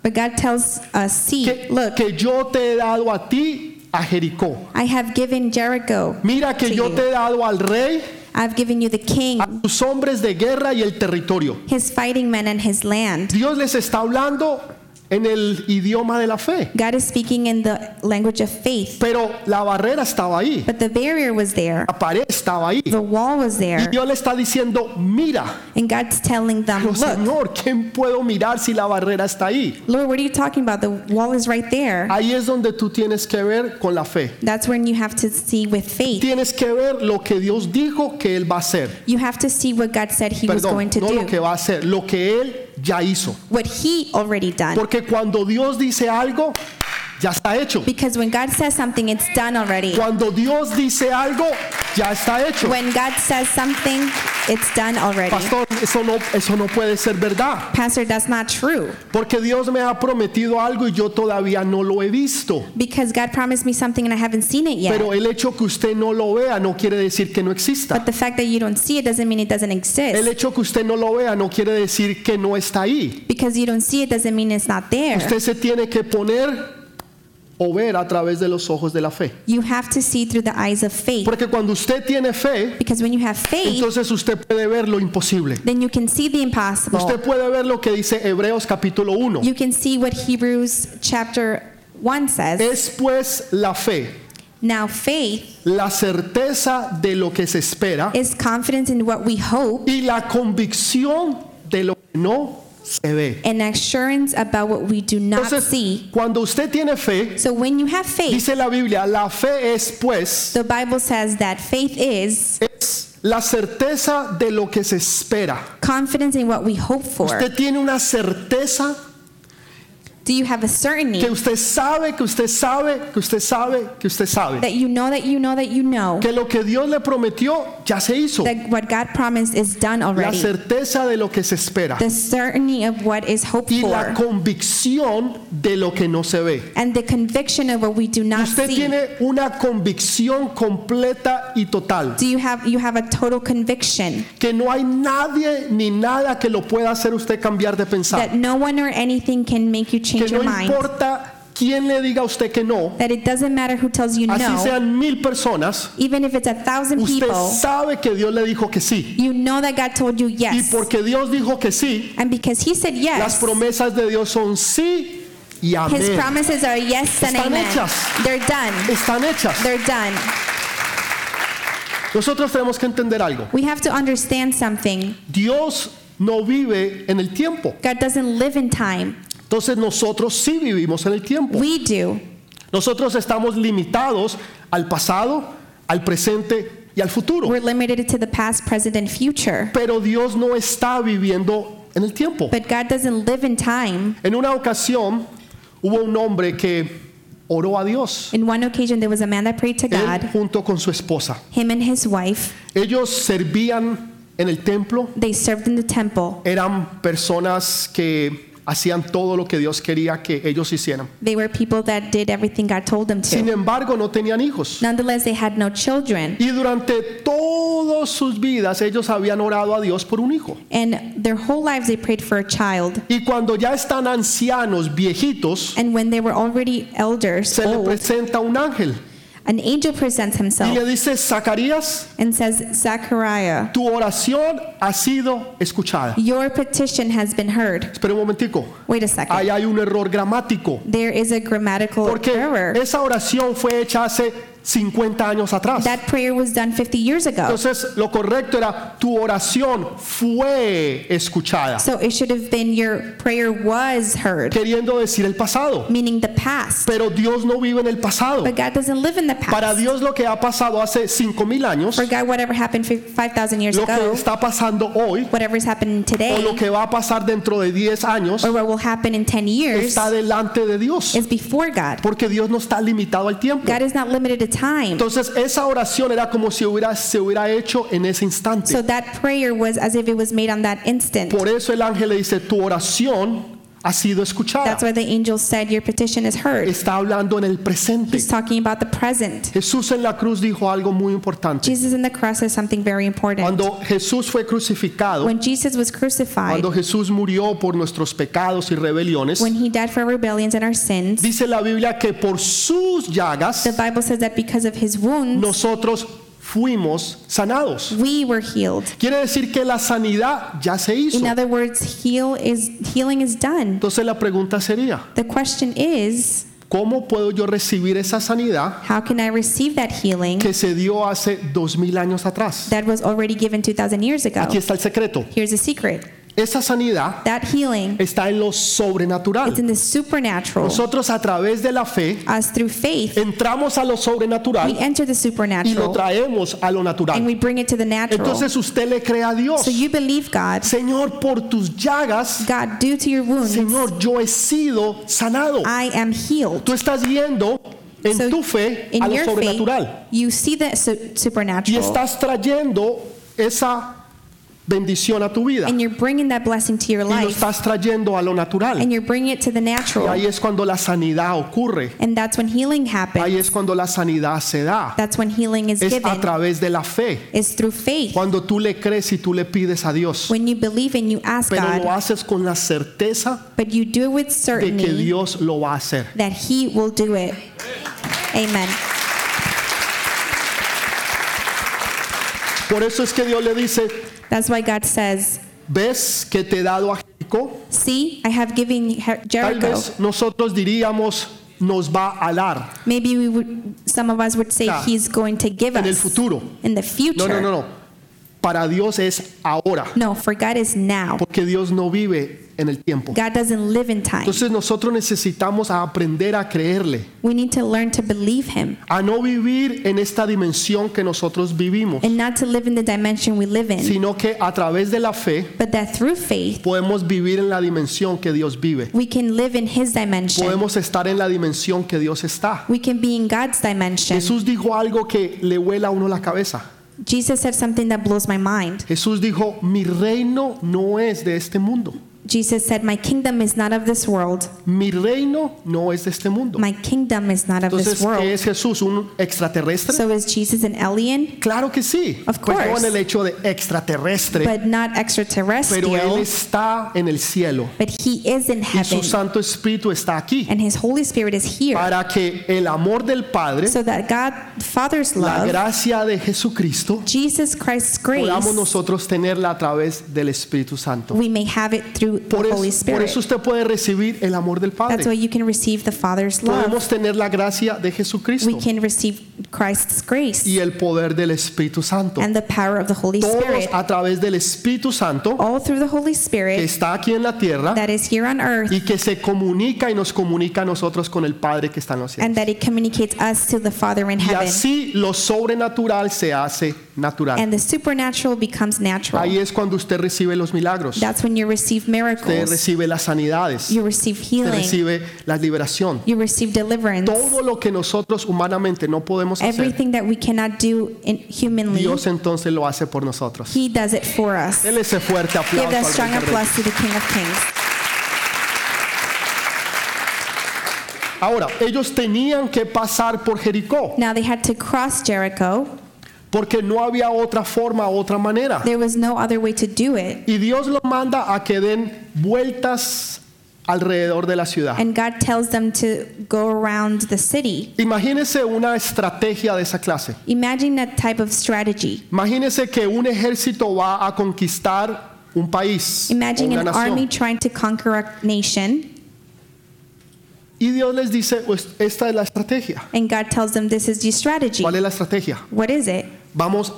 S2: But God tells us, see,
S1: que,
S2: look,
S1: que yo te he dado a ti a Jericó.
S2: I have given Jericho.
S1: Mira que
S2: to
S1: yo
S2: you.
S1: te Ah. he dado al rey,
S2: I've given you the
S1: a
S2: king,
S1: tus hombres de guerra y el territorio.
S2: his fighting men, and his land.
S1: Dios les está hablando en el idioma de la fe,
S2: God is speaking in the language of faith.
S1: pero la barrera estaba ahí,
S2: But the barrier was there.
S1: la pared estaba ahí.
S2: The wall was
S1: Y
S2: there.
S1: Dios le está diciendo, mira,
S2: And God's telling them,
S1: pero Señor,
S2: look,
S1: ¿quién puedo mirar si la barrera está ahí?
S2: Lord, what are you talking about? The wall is right there.
S1: Ahí es donde tú tienes que ver con la fe.
S2: That's when you have to see with faith.
S1: Tienes que ver lo que Dios dijo que Él va a hacer.
S2: You have to see what God said he was
S1: Perdón,
S2: going to
S1: no lo que
S2: do,
S1: va a hacer, lo que Él ya hizo.
S2: what he already done.
S1: Porque cuando Dios dice algo, ya está hecho.
S2: Because when God says something, it's done already.
S1: Cuando Dios dice algo, ya está hecho.
S2: When God says something, it's done already.
S1: Pastor, eso no, eso no puede ser verdad.
S2: Pastor, that's not true.
S1: Porque Dios me ha prometido algo y yo todavía no lo he visto.
S2: Because God promised me something and I haven't seen it yet.
S1: Pero el hecho que usted no lo vea no quiere decir que no exista.
S2: But the fact that you don't see it doesn't mean it doesn't
S1: El
S2: exist.
S1: hecho que usted no lo vea no quiere decir que no está ahí.
S2: Because you don't see it doesn't mean it's not there.
S1: Usted se tiene que poner o ver a través de los ojos de la fe.
S2: You have to see through the eyes of faith.
S1: Porque cuando usted tiene fe,
S2: Because when you have faith,
S1: entonces usted puede ver lo imposible.
S2: then you can see the impossible.
S1: Usted puede ver lo que dice Hebreos capítulo 1.
S2: You can see what Hebrews chapter 1 says,
S1: Es pues la fe,
S2: Now faith
S1: la certeza de lo que se espera
S2: is confidence in what we hope
S1: y la convicción de lo que no se ve.
S2: and assurance about what we do not
S1: Entonces,
S2: see.
S1: cuando usted tiene fe,
S2: So when you have faith,
S1: dice la Biblia, la fe es pues
S2: the Bible says that faith is
S1: es la certeza de lo que se espera.
S2: confidence in what we hope for.
S1: Usted tiene una certeza
S2: Do you have a certainty
S1: que usted sabe, que usted sabe, que usted sabe, que usted sabe.
S2: that you know that you know that you know
S1: Que lo que Dios le prometió ya se hizo.
S2: that what God promised is done
S1: La
S2: already?
S1: certeza de lo que se espera.
S2: The certainty of what is hoped
S1: y la
S2: for
S1: convicción de lo que no se ve.
S2: and the conviction of what we do not
S1: Usted
S2: see.
S1: tiene una convicción completa y total,
S2: Do you have you have a total conviction
S1: que no hay nadie ni nada que lo pueda hacer usted cambiar de pensar,
S2: that no one or anything can make you
S1: que
S2: change
S1: no
S2: your mind?
S1: importa quién le diga a usted que no,
S2: That it doesn't matter who tells you
S1: así
S2: no,
S1: sean mil personas,
S2: even if it's a thousand
S1: usted
S2: people,
S1: sabe que Dios le dijo que sí.
S2: you know that God told you
S1: Y
S2: yes.
S1: porque Dios dijo que sí,
S2: And because He said
S1: las
S2: yes,
S1: promesas de Dios son sí y
S2: His
S1: amén.
S2: promises are yes and
S1: Están
S2: amen.
S1: hechas.
S2: They're done.
S1: Están hechas.
S2: They're done.
S1: Nosotros tenemos que entender algo.
S2: We have to understand something.
S1: Dios no vive en el tiempo.
S2: God doesn't live in time.
S1: Entonces nosotros sí vivimos en el tiempo.
S2: We do.
S1: Nosotros estamos limitados al pasado, al presente y al futuro.
S2: We're limited to the past, present, and future.
S1: Pero Dios no está viviendo en el tiempo.
S2: But God doesn't live in time.
S1: En una ocasión hubo un hombre que oró a Dios,
S2: In one occasion, there was a man that prayed to
S1: él
S2: God,
S1: junto con su esposa.
S2: him and his wife.
S1: Ellos servían en el templo,
S2: They served in the temple.
S1: eran personas que hacían todo lo que Dios quería que ellos hicieran.
S2: They were people that did everything God told them
S1: Sin
S2: to.
S1: embargo, no tenían hijos.
S2: Nonetheless, they had no children.
S1: Y durante todas sus vidas ellos habían orado a Dios por un hijo.
S2: And their whole lives, they prayed for a child.
S1: Y cuando ya están ancianos, viejitos,
S2: And when they were already elders,
S1: se le
S2: old,
S1: presenta un ángel
S2: an angel presents
S1: y le
S2: himself
S1: dice, Zacarías,
S2: and says, Zachariah,
S1: tu oración ha sido escuchada.
S2: your petition has been heard.
S1: Espera un momentico,
S2: Wait a second.
S1: ahí hay un error gramático,
S2: There is a grammatical
S1: porque
S2: error.
S1: esa oración fue hecha hace 50 años atrás.
S2: That prayer was done 50 years ago.
S1: Entonces lo correcto era, tu oración fue escuchada,
S2: So it should have been your prayer was heard,
S1: queriendo decir el pasado.
S2: meaning the past.
S1: Pero Dios no vive en el pasado.
S2: But God doesn't live in the
S1: Para
S2: past.
S1: Dios lo que ha pasado hace 5000 años,
S2: For God, whatever happened fif- 5,000 years
S1: lo que
S2: ago,
S1: está pasando hoy
S2: whatever's happening
S1: o lo
S2: today,
S1: que va a pasar dentro de 10 años
S2: or what will happen in 10 years,
S1: está delante de Dios,
S2: is before God.
S1: porque Dios no está limitado al tiempo.
S2: God is not limited to time.
S1: Entonces esa oración era como si hubiera se hubiera hecho en ese
S2: So
S1: instante.
S2: that prayer was as if it was made on that instant.
S1: Por eso el ángel le dice, "Tu oración ha sido escuchada."
S2: That's why the angel said, Your petition is heard.
S1: Está hablando en el presente.
S2: He's talking about the present.
S1: Jesús en la cruz dijo algo muy importante.
S2: Jesus in the cross is something very important.
S1: Cuando Jesús fue crucificado,
S2: When Jesus was crucified,
S1: cuando Jesús murió por nuestros pecados y rebeliones,
S2: when he died for our rebellions and our sins,
S1: dice la Biblia que por sus llagas
S2: the Bible says that because of his wounds,
S1: nosotros fuimos sanados.
S2: we were healed.
S1: Quiere decir que la sanidad ya se hizo.
S2: In other words, heal is healing is done.
S1: Entonces la pregunta sería,
S2: The question is,
S1: ¿cómo puedo yo recibir esa sanidad
S2: how can I receive that healing
S1: que se dio hace dos mil años atrás?
S2: that was already given 2,000 years ago?
S1: Aquí está el secreto.
S2: Here's a secret.
S1: Esa sanidad
S2: That healing,
S1: está en lo
S2: it's
S1: sobrenatural.
S2: in the supernatural.
S1: Nosotros a través de la fe
S2: Us through faith,
S1: entramos a lo
S2: we
S1: sobrenatural
S2: enter the
S1: y lo
S2: supernatural
S1: traemos a lo
S2: and
S1: natural.
S2: we bring it to the natural.
S1: Entonces usted le cree a Dios.
S2: So you believe God.
S1: Señor, por tus llagas,
S2: God, due to your wounds,
S1: Señor, yo he sido sanado.
S2: I am healed.
S1: Tú estás viendo en
S2: Ah. So,
S1: tu fe
S2: in
S1: a lo
S2: your
S1: sobrenatural
S2: faith, you see the su-
S1: y
S2: supernatural,
S1: estás trayendo esa bendición a tu vida
S2: and you're bringing that blessing to your
S1: y lo
S2: life,
S1: estás trayendo a lo natural.
S2: and you're bringing it to the
S1: Y
S2: natural,
S1: ahí es cuando la sanidad ocurre.
S2: and that's when healing happens.
S1: Ahí es cuando la sanidad se da.
S2: That's when healing is
S1: Es a
S2: given.
S1: través de la fe.
S2: It's through faith.
S1: Cuando tú le crees y tú le pides a Dios,
S2: When you believe and you ask
S1: pero lo
S2: God,
S1: haces con la certeza
S2: but you do it with
S1: de que
S2: certainty
S1: Dios lo va a hacer.
S2: that He will do it. Amen.
S1: Por eso es que Dios le dice,
S2: That's why God says,
S1: ¿ves que te he dado a Jericó?
S2: "See, I have given Her-
S1: Tal
S2: Jericho."
S1: vez nosotros diríamos, nos va a dar
S2: Maybe we would, some of us would say
S1: Ya.
S2: he's going to give
S1: en el
S2: us
S1: futuro.
S2: in the
S1: No,
S2: future.
S1: no, no, no. Para Dios es ahora,
S2: No, for God is now.
S1: porque Dios no vive en el tiempo.
S2: God doesn't live in time.
S1: Entonces nosotros necesitamos aprender a creerle,
S2: We need to learn to believe him
S1: a no vivir en esta dimensión que nosotros vivimos,
S2: and not to live in the dimension we live in,
S1: sino que a través de la fe
S2: but that through faith
S1: podemos vivir en la dimensión que Dios vive.
S2: we can live in his dimension.
S1: Podemos estar en la dimensión que Dios está.
S2: We can be in God's dimension.
S1: Jesús dijo algo que le vuela a uno la cabeza.
S2: Jesus said something that blows my mind.
S1: Jesús dijo, mi reino no es de este mundo.
S2: Jesus said, My kingdom is not of this world.
S1: Mi reino no es de este mundo.
S2: My kingdom is not of
S1: Entonces, eh,
S2: this world.
S1: ¿qué es Jesús? ¿Un extraterrestre?
S2: So is Jesus an alien?
S1: Claro que sí.
S2: Of
S1: Pues no en
S2: course.
S1: el hecho de extraterrestre,
S2: But not
S1: pero Él
S2: extraterrestrial.
S1: está en el cielo.
S2: But he is in
S1: Y su
S2: heaven.
S1: Santo Espíritu está aquí
S2: And his Holy Spirit is here.
S1: para que el amor del Padre,
S2: So that God, the Father's
S1: la
S2: love,
S1: gracia de Jesucristo,
S2: Jesus Christ's
S1: podamos
S2: grace,
S1: nosotros tenerla a través del Espíritu Santo.
S2: we may have it through the
S1: Por
S2: Holy
S1: eso, por
S2: Spirit.
S1: eso usted puede recibir el amor del
S2: That's why
S1: Padre.
S2: you can receive the Father's love.
S1: Podemos tener la gracia de
S2: We
S1: Jesucristo
S2: can receive Christ's grace
S1: y el poder del Espíritu Santo.
S2: and the power of the Holy
S1: Todos
S2: Spirit.
S1: a través del Espíritu Santo
S2: All through the Holy
S1: que
S2: Spirit
S1: está aquí en la tierra
S2: that is here on earth
S1: y que se comunica y nos comunica a nosotros con el Padre que está en los cielos.
S2: and that it communicates us to the Father in
S1: Y
S2: heaven.
S1: así lo sobrenatural se hace natural.
S2: And the supernatural becomes natural.
S1: Ahí es cuando usted recibe los milagros,
S2: That's when you receive
S1: usted
S2: miracles,
S1: recibe las sanidades,
S2: you receive
S1: usted
S2: healing,
S1: recibe la liberación.
S2: you receive deliverance.
S1: Todo lo que nosotros humanamente no podemos hacer,
S2: Everything that we cannot do in humanly,
S1: Dios entonces lo hace por nosotros.
S2: He does it for us.
S1: Dele ese fuerte
S2: Give
S1: aplauso.
S2: that
S1: al
S2: strong
S1: Rey de Reyes.
S2: applause to the King of Kings.
S1: Ahora, ellos tenían que pasar por Jericó
S2: Now they had to cross Jericho.
S1: porque no había otra forma, otra manera.
S2: There was no other way to do it.
S1: Y Dios los manda a que den vueltas alrededor de la ciudad.
S2: And God tells them to go around the city.
S1: Imagínense una estrategia de esa clase.
S2: Imagine that type of strategy.
S1: Imagínense que un ejército va a conquistar un país, o
S2: Imagine
S1: una
S2: an army
S1: nación.
S2: trying to conquer a nation,
S1: Y Dios les dice, "Pues, esta es la estrategia.
S2: and God tells them this is your strategy.
S1: ¿Cuál es la estrategia?
S2: What is it?
S1: Vamos,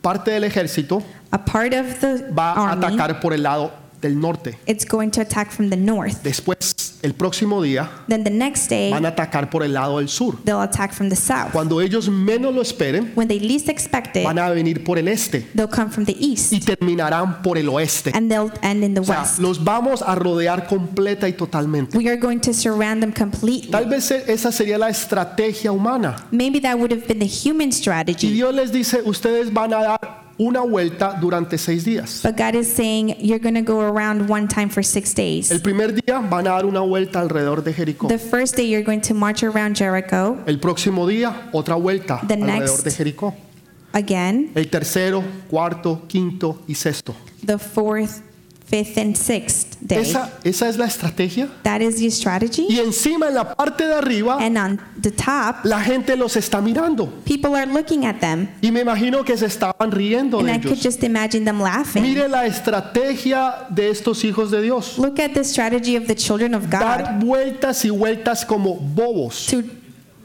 S1: parte del ejército
S2: A part of the
S1: va a
S2: army,
S1: atacar por el lado del norte.
S2: it's going to attack from the north.
S1: Después, el próximo día,
S2: Then the next day,
S1: van a atacar por el lado del sur.
S2: they'll attack from the south.
S1: Cuando ellos menos lo esperen,
S2: When they least expect it,
S1: van a venir por el este
S2: they'll come from the east,
S1: y terminarán por el oeste.
S2: and they'll end in the
S1: O sea,
S2: west.
S1: los vamos a rodear completa y totalmente.
S2: We are going to surround them
S1: Tal
S2: completely.
S1: vez e-, esa sería la estrategia humana.
S2: Maybe that would have been the human
S1: Y
S2: strategy.
S1: Dios les dice, ustedes van a dar una vuelta durante seis días.
S2: But God is saying, you're going to go around one time for six
S1: El
S2: days.
S1: primer día van a dar una vuelta alrededor de Jericó.
S2: The first day, you're going to march around Jericho
S1: El próximo día, otra vuelta
S2: The
S1: alrededor
S2: next.
S1: de Jericó.
S2: again,
S1: El tercero, cuarto, quinto y sexto.
S2: the fourth, fifth, and sixth day.
S1: Esa, esa es la estrategia.
S2: That is your strategy.
S1: Y encima, en la parte de arriba,
S2: And on the top,
S1: la gente los está mirando.
S2: people are looking at them.
S1: Y me imagino que se estaban riendo
S2: And
S1: de
S2: I could
S1: ellos.
S2: just imagine them laughing.
S1: Mire la estrategia de estos hijos de Dios.
S2: Look at the strategy of the children of God
S1: Dar vueltas y vueltas como bobos.
S2: to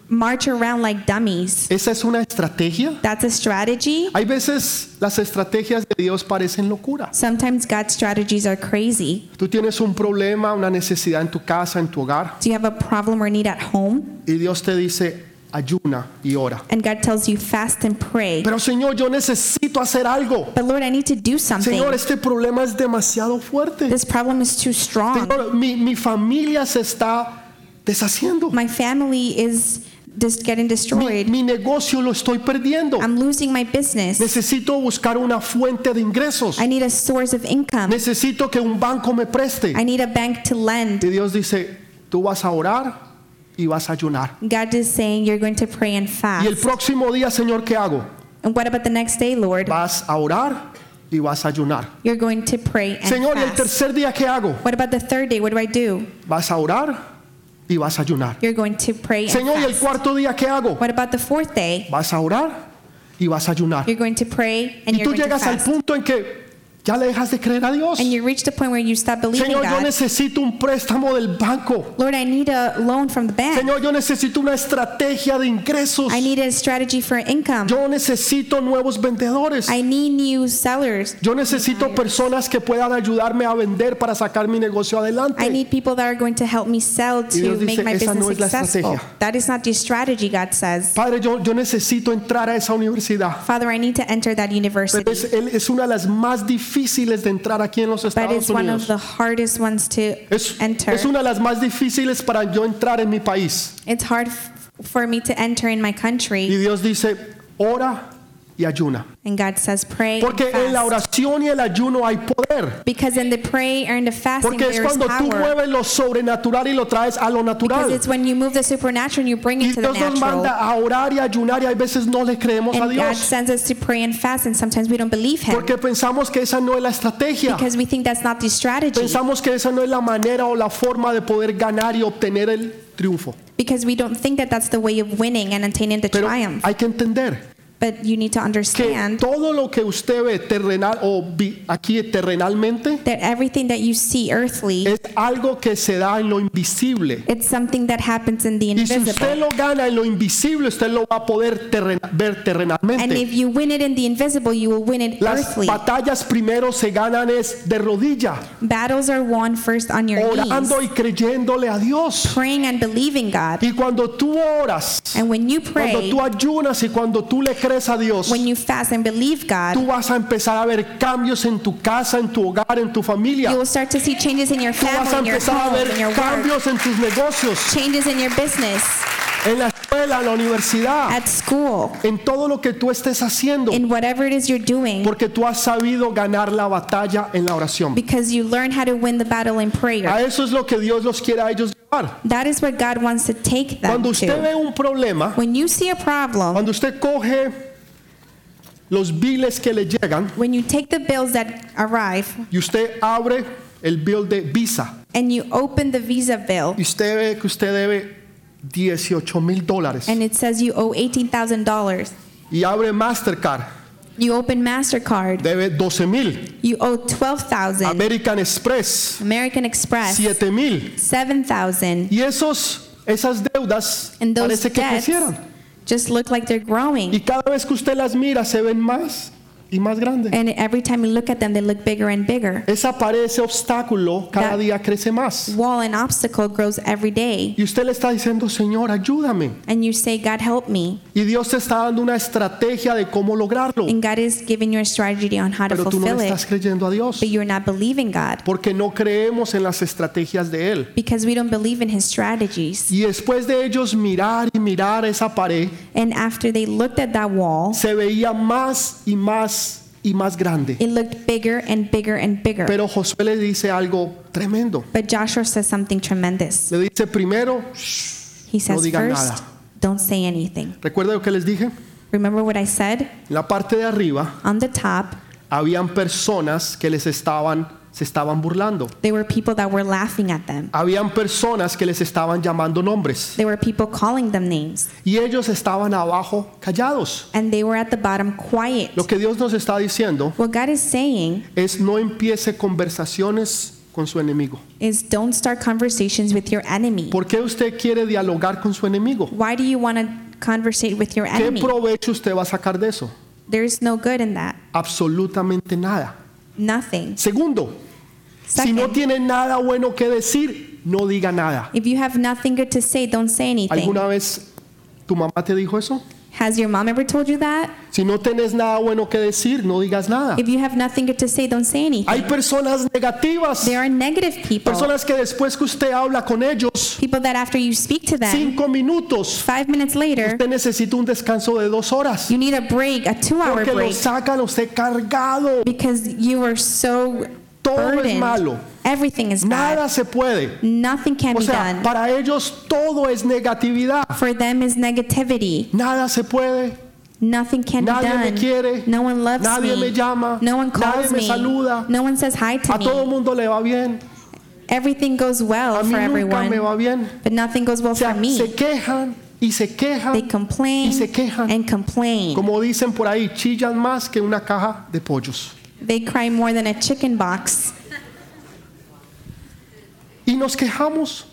S2: march around like dummies.
S1: Esa es una estrategia.
S2: That's a strategy.
S1: Hay veces las estrategias de Dios parecen locura.
S2: Sometimes God's strategies are crazy.
S1: Tú tienes un problema, una necesidad en tu casa, en tu hogar,
S2: Do you have a problem or need at home?
S1: y Dios te dice, ayuna y ora.
S2: And God tells you, fast and pray.
S1: Pero Señor, yo necesito hacer algo.
S2: But Lord, I need to do something.
S1: Señor, este problema es demasiado fuerte.
S2: This problem is too strong.
S1: Señor, mi, mi familia se está deshaciendo.
S2: My family is just getting
S1: Mi,
S2: destroyed.
S1: mi negocio lo estoy perdiendo.
S2: I'm losing my business.
S1: Necesito buscar una fuente de ingresos.
S2: I need a source of income.
S1: Necesito que un banco me preste.
S2: I need a bank to
S1: Y
S2: lend.
S1: Dios dice, tú vas a orar y vas a ayunar.
S2: God is saying you're going to pray and
S1: Y el
S2: fast.
S1: próximo día, Señor, ¿qué hago?
S2: And what about the next day, Lord?
S1: Vas a orar y vas a ayunar.
S2: You're going to pray and
S1: Señor, ¿y el
S2: fast.
S1: tercer día qué hago?
S2: What about the third day? What do I do?
S1: Vas a orar y vas a ayunar.
S2: You're going to pray and
S1: Señor, ¿y el
S2: fast.
S1: cuarto día qué hago?
S2: What about the fourth day?
S1: Vas a orar y vas a ayunar.
S2: You're going to pray and
S1: Y
S2: you're
S1: tú
S2: going to
S1: llegas al
S2: fast.
S1: punto en que Ya le dejas de creer a Dios.
S2: and you reach the point where you stop believing
S1: Señor, yo
S2: God.
S1: necesito un préstamo del banco.
S2: Lord, I need a loan from the bank.
S1: Señor, yo necesito una estrategia de ingresos.
S2: I need a strategy for income.
S1: Yo necesito nuevos vendedores.
S2: I need new sellers.
S1: Yo necesito personas que puedan ayudarme a vender para sacar mi negocio
S2: I
S1: adelante.
S2: need people that are going to help me sell to
S1: Dios
S2: make
S1: dice,
S2: my
S1: "Esa
S2: business
S1: no es la
S2: successful.
S1: estrategia.
S2: That is not the strategy, God says.
S1: Padre, yo, yo necesito entrar a esa universidad.
S2: Father, I need to enter that
S1: Pero
S2: university.
S1: es, él- es una de las más difíciles de entrar aquí en los
S2: But
S1: Estados
S2: it's one of
S1: Unidos.
S2: the hardest ones to
S1: Es,
S2: enter.
S1: es una de las más difíciles para yo entrar en mi país.
S2: It's hard f- for me to enter in my
S1: Y
S2: country.
S1: Dios dice, ora y ayuna.
S2: And God says, pray. and
S1: Porque en la
S2: fast."
S1: oración y el ayuno hay poder.
S2: Because in the prayer and the fasting,
S1: Porque es
S2: there is
S1: cuando tú
S2: power.
S1: mueves lo sobrenatural y lo traes a lo
S2: Because
S1: natural.
S2: it's when you move the supernatural and you bring
S1: Y
S2: it to the
S1: Dios nos
S2: natural.
S1: manda a orar y a ayunar y hay veces no le creemos a
S2: And God
S1: Dios.
S2: sends us to pray and fast, and sometimes we don't believe Him
S1: Porque pensamos que esa no es la estrategia.
S2: because we think that's not the strategy.
S1: Pensamos que esa no es la manera o la forma de poder ganar y obtener el triunfo.
S2: Because we don't think that that's the way of winning and attaining the
S1: Pero
S2: triumph.
S1: hay que entender
S2: But you need to
S1: que
S2: understand
S1: todo lo que usted ve terrenal o vi- aquí terrenalmente
S2: that everything that you see earthly,
S1: es algo que se da en lo invisible.
S2: it's something that happens in the
S1: Y si usted
S2: invisible.
S1: lo gana en lo invisible, usted lo va a poder terren- ver
S2: And
S1: terrenalmente.
S2: if you win it in the invisible, you will win it
S1: Las
S2: earthly.
S1: batallas primero se ganan es de rodilla,
S2: Battles are won first on your knees,
S1: orando y creyéndole a Dios.
S2: praying and believing God.
S1: Y cuando tú oras,
S2: And when you
S1: cuando
S2: pray,
S1: tú ayunas y cuando tú le crees a Dios,
S2: when you fast and believe
S1: tú
S2: God,
S1: vas a empezar a ver cambios en tu casa, en tu hogar, en tu
S2: you
S1: familia.
S2: will start to see changes in your
S1: Tú vas
S2: family,
S1: a
S2: in your
S1: empezar a
S2: home,
S1: ver
S2: in your work,
S1: cambios Ah. en tus negocios,
S2: changes in your business,
S1: en la escuela, en la universidad,
S2: at school,
S1: en todo lo que tú estés haciendo,
S2: in whatever it is you're doing,
S1: porque tú has sabido ganar la batalla en la oración.
S2: because you learn how to win the battle in prayer.
S1: A eso es lo que Dios los quiere a ellos llevar.
S2: That is where God wants to take them
S1: Cuando usted
S2: to.
S1: ve un problema,
S2: When you see a problem,
S1: Cuando usted coge los biles que le llegan
S2: when you take the bills that arrive
S1: y usted abre el bill de Visa
S2: and you open the Visa bill
S1: y usted ve que usted debe 18 mil dólares
S2: and it says you owe $18,000,
S1: y abre Mastercard,
S2: you open MasterCard,
S1: debe 12 mil,
S2: you owe 12,000,
S1: American Express
S2: American Express
S1: 7 mil
S2: 7,000,
S1: y esos, esas deudas
S2: and those
S1: parece que
S2: debts
S1: crecieran
S2: just look like they're
S1: y
S2: growing.
S1: cada vez que usted las mira se ven más y más grandes.
S2: And every time you look at them, they look bigger and bigger.
S1: Esa pared, ese obstáculo cada
S2: That-
S1: día crece más
S2: Wall and obstacle grows every day.
S1: y usted le está diciendo, Señor, ayúdame.
S2: And you say, God, help me.
S1: Y Dios te está dando una estrategia de cómo lograrlo.
S2: And God is giving you a strategy on how to
S1: Pero tú no
S2: fulfill
S1: le
S2: it.
S1: estás creyendo a Dios.
S2: But you're not believing God
S1: Porque no creemos en las estrategias de Él.
S2: because we don't believe in his strategies.
S1: Y después de ellos mirar y mirar esa pared,
S2: And after they looked at that wall,
S1: se veía más y más y más grande.
S2: it looked bigger and bigger and bigger.
S1: Pero Josué le dice algo tremendo.
S2: But Joshua says something tremendous.
S1: Le dice primero, "Shh".
S2: He says,
S1: digan
S2: First,
S1: nada."
S2: don't say anything.
S1: recuerda lo que les dije.
S2: Remember what I said?
S1: En la parte de arriba
S2: On the top,
S1: habían personas que les estaban se estaban burlando.
S2: there were people that were laughing at them,
S1: Habían personas que les estaban llamando nombres
S2: there were people calling them names,
S1: y ellos estaban abajo callados.
S2: and they were at the bottom quiet.
S1: Lo que Dios nos está diciendo
S2: What God is saying
S1: es no empiece conversaciones con su enemigo.
S2: is don't start conversations with your enemy.
S1: ¿Por qué usted quiere dialogar con su enemigo?
S2: Why do you want to conversate with your
S1: ¿Qué
S2: enemy?
S1: provecho usted va a sacar de eso?
S2: There is no good in that.
S1: Absolutamente nada.
S2: Nothing.
S1: Segundo, si no
S2: Second,
S1: tiene nada bueno que decir, no diga nada.
S2: if you have nothing good to say, don't say anything.
S1: ¿Alguna vez tu mamá te dijo eso?
S2: Has your mom ever told you that?
S1: Si no tienes nada bueno que decir, no digas nada.
S2: If you have nothing good to say, don't say anything.
S1: Hay personas negativas,
S2: There are negative people.
S1: personas que después que usted habla con ellos,
S2: People that after you speak to them,
S1: cinco minutos,
S2: five minutes later,
S1: usted necesita un descanso de dos horas.
S2: you need a break, a two hour
S1: Porque lo
S2: break,
S1: sacan a usted cargado.
S2: because you are so
S1: Todo es
S2: burdened.
S1: malo.
S2: Everything is bad.
S1: Nada se puede.
S2: Nothing can
S1: O
S2: be
S1: sea,
S2: done.
S1: para ellos todo es negatividad.
S2: For them is negativity.
S1: Nada se puede.
S2: Nothing can be
S1: Nadie me
S2: done.
S1: quiere.
S2: no one loves
S1: Nadie
S2: me.
S1: me llama.
S2: No one
S1: Nadie
S2: calls
S1: me
S2: me.
S1: saluda.
S2: No one says hi to
S1: A
S2: me.
S1: todo mundo le va bien.
S2: Everything goes well
S1: A mí
S2: for
S1: nunca
S2: everyone,
S1: me va bien.
S2: but nothing goes well
S1: O sea,
S2: for me.
S1: se quejan y se
S2: they
S1: quejan.
S2: complain
S1: y se quejan.
S2: and complain.
S1: Como dicen por ahí, chillan más que una caja de pollos.
S2: They cry more than a chicken box.
S1: Y nos quejamos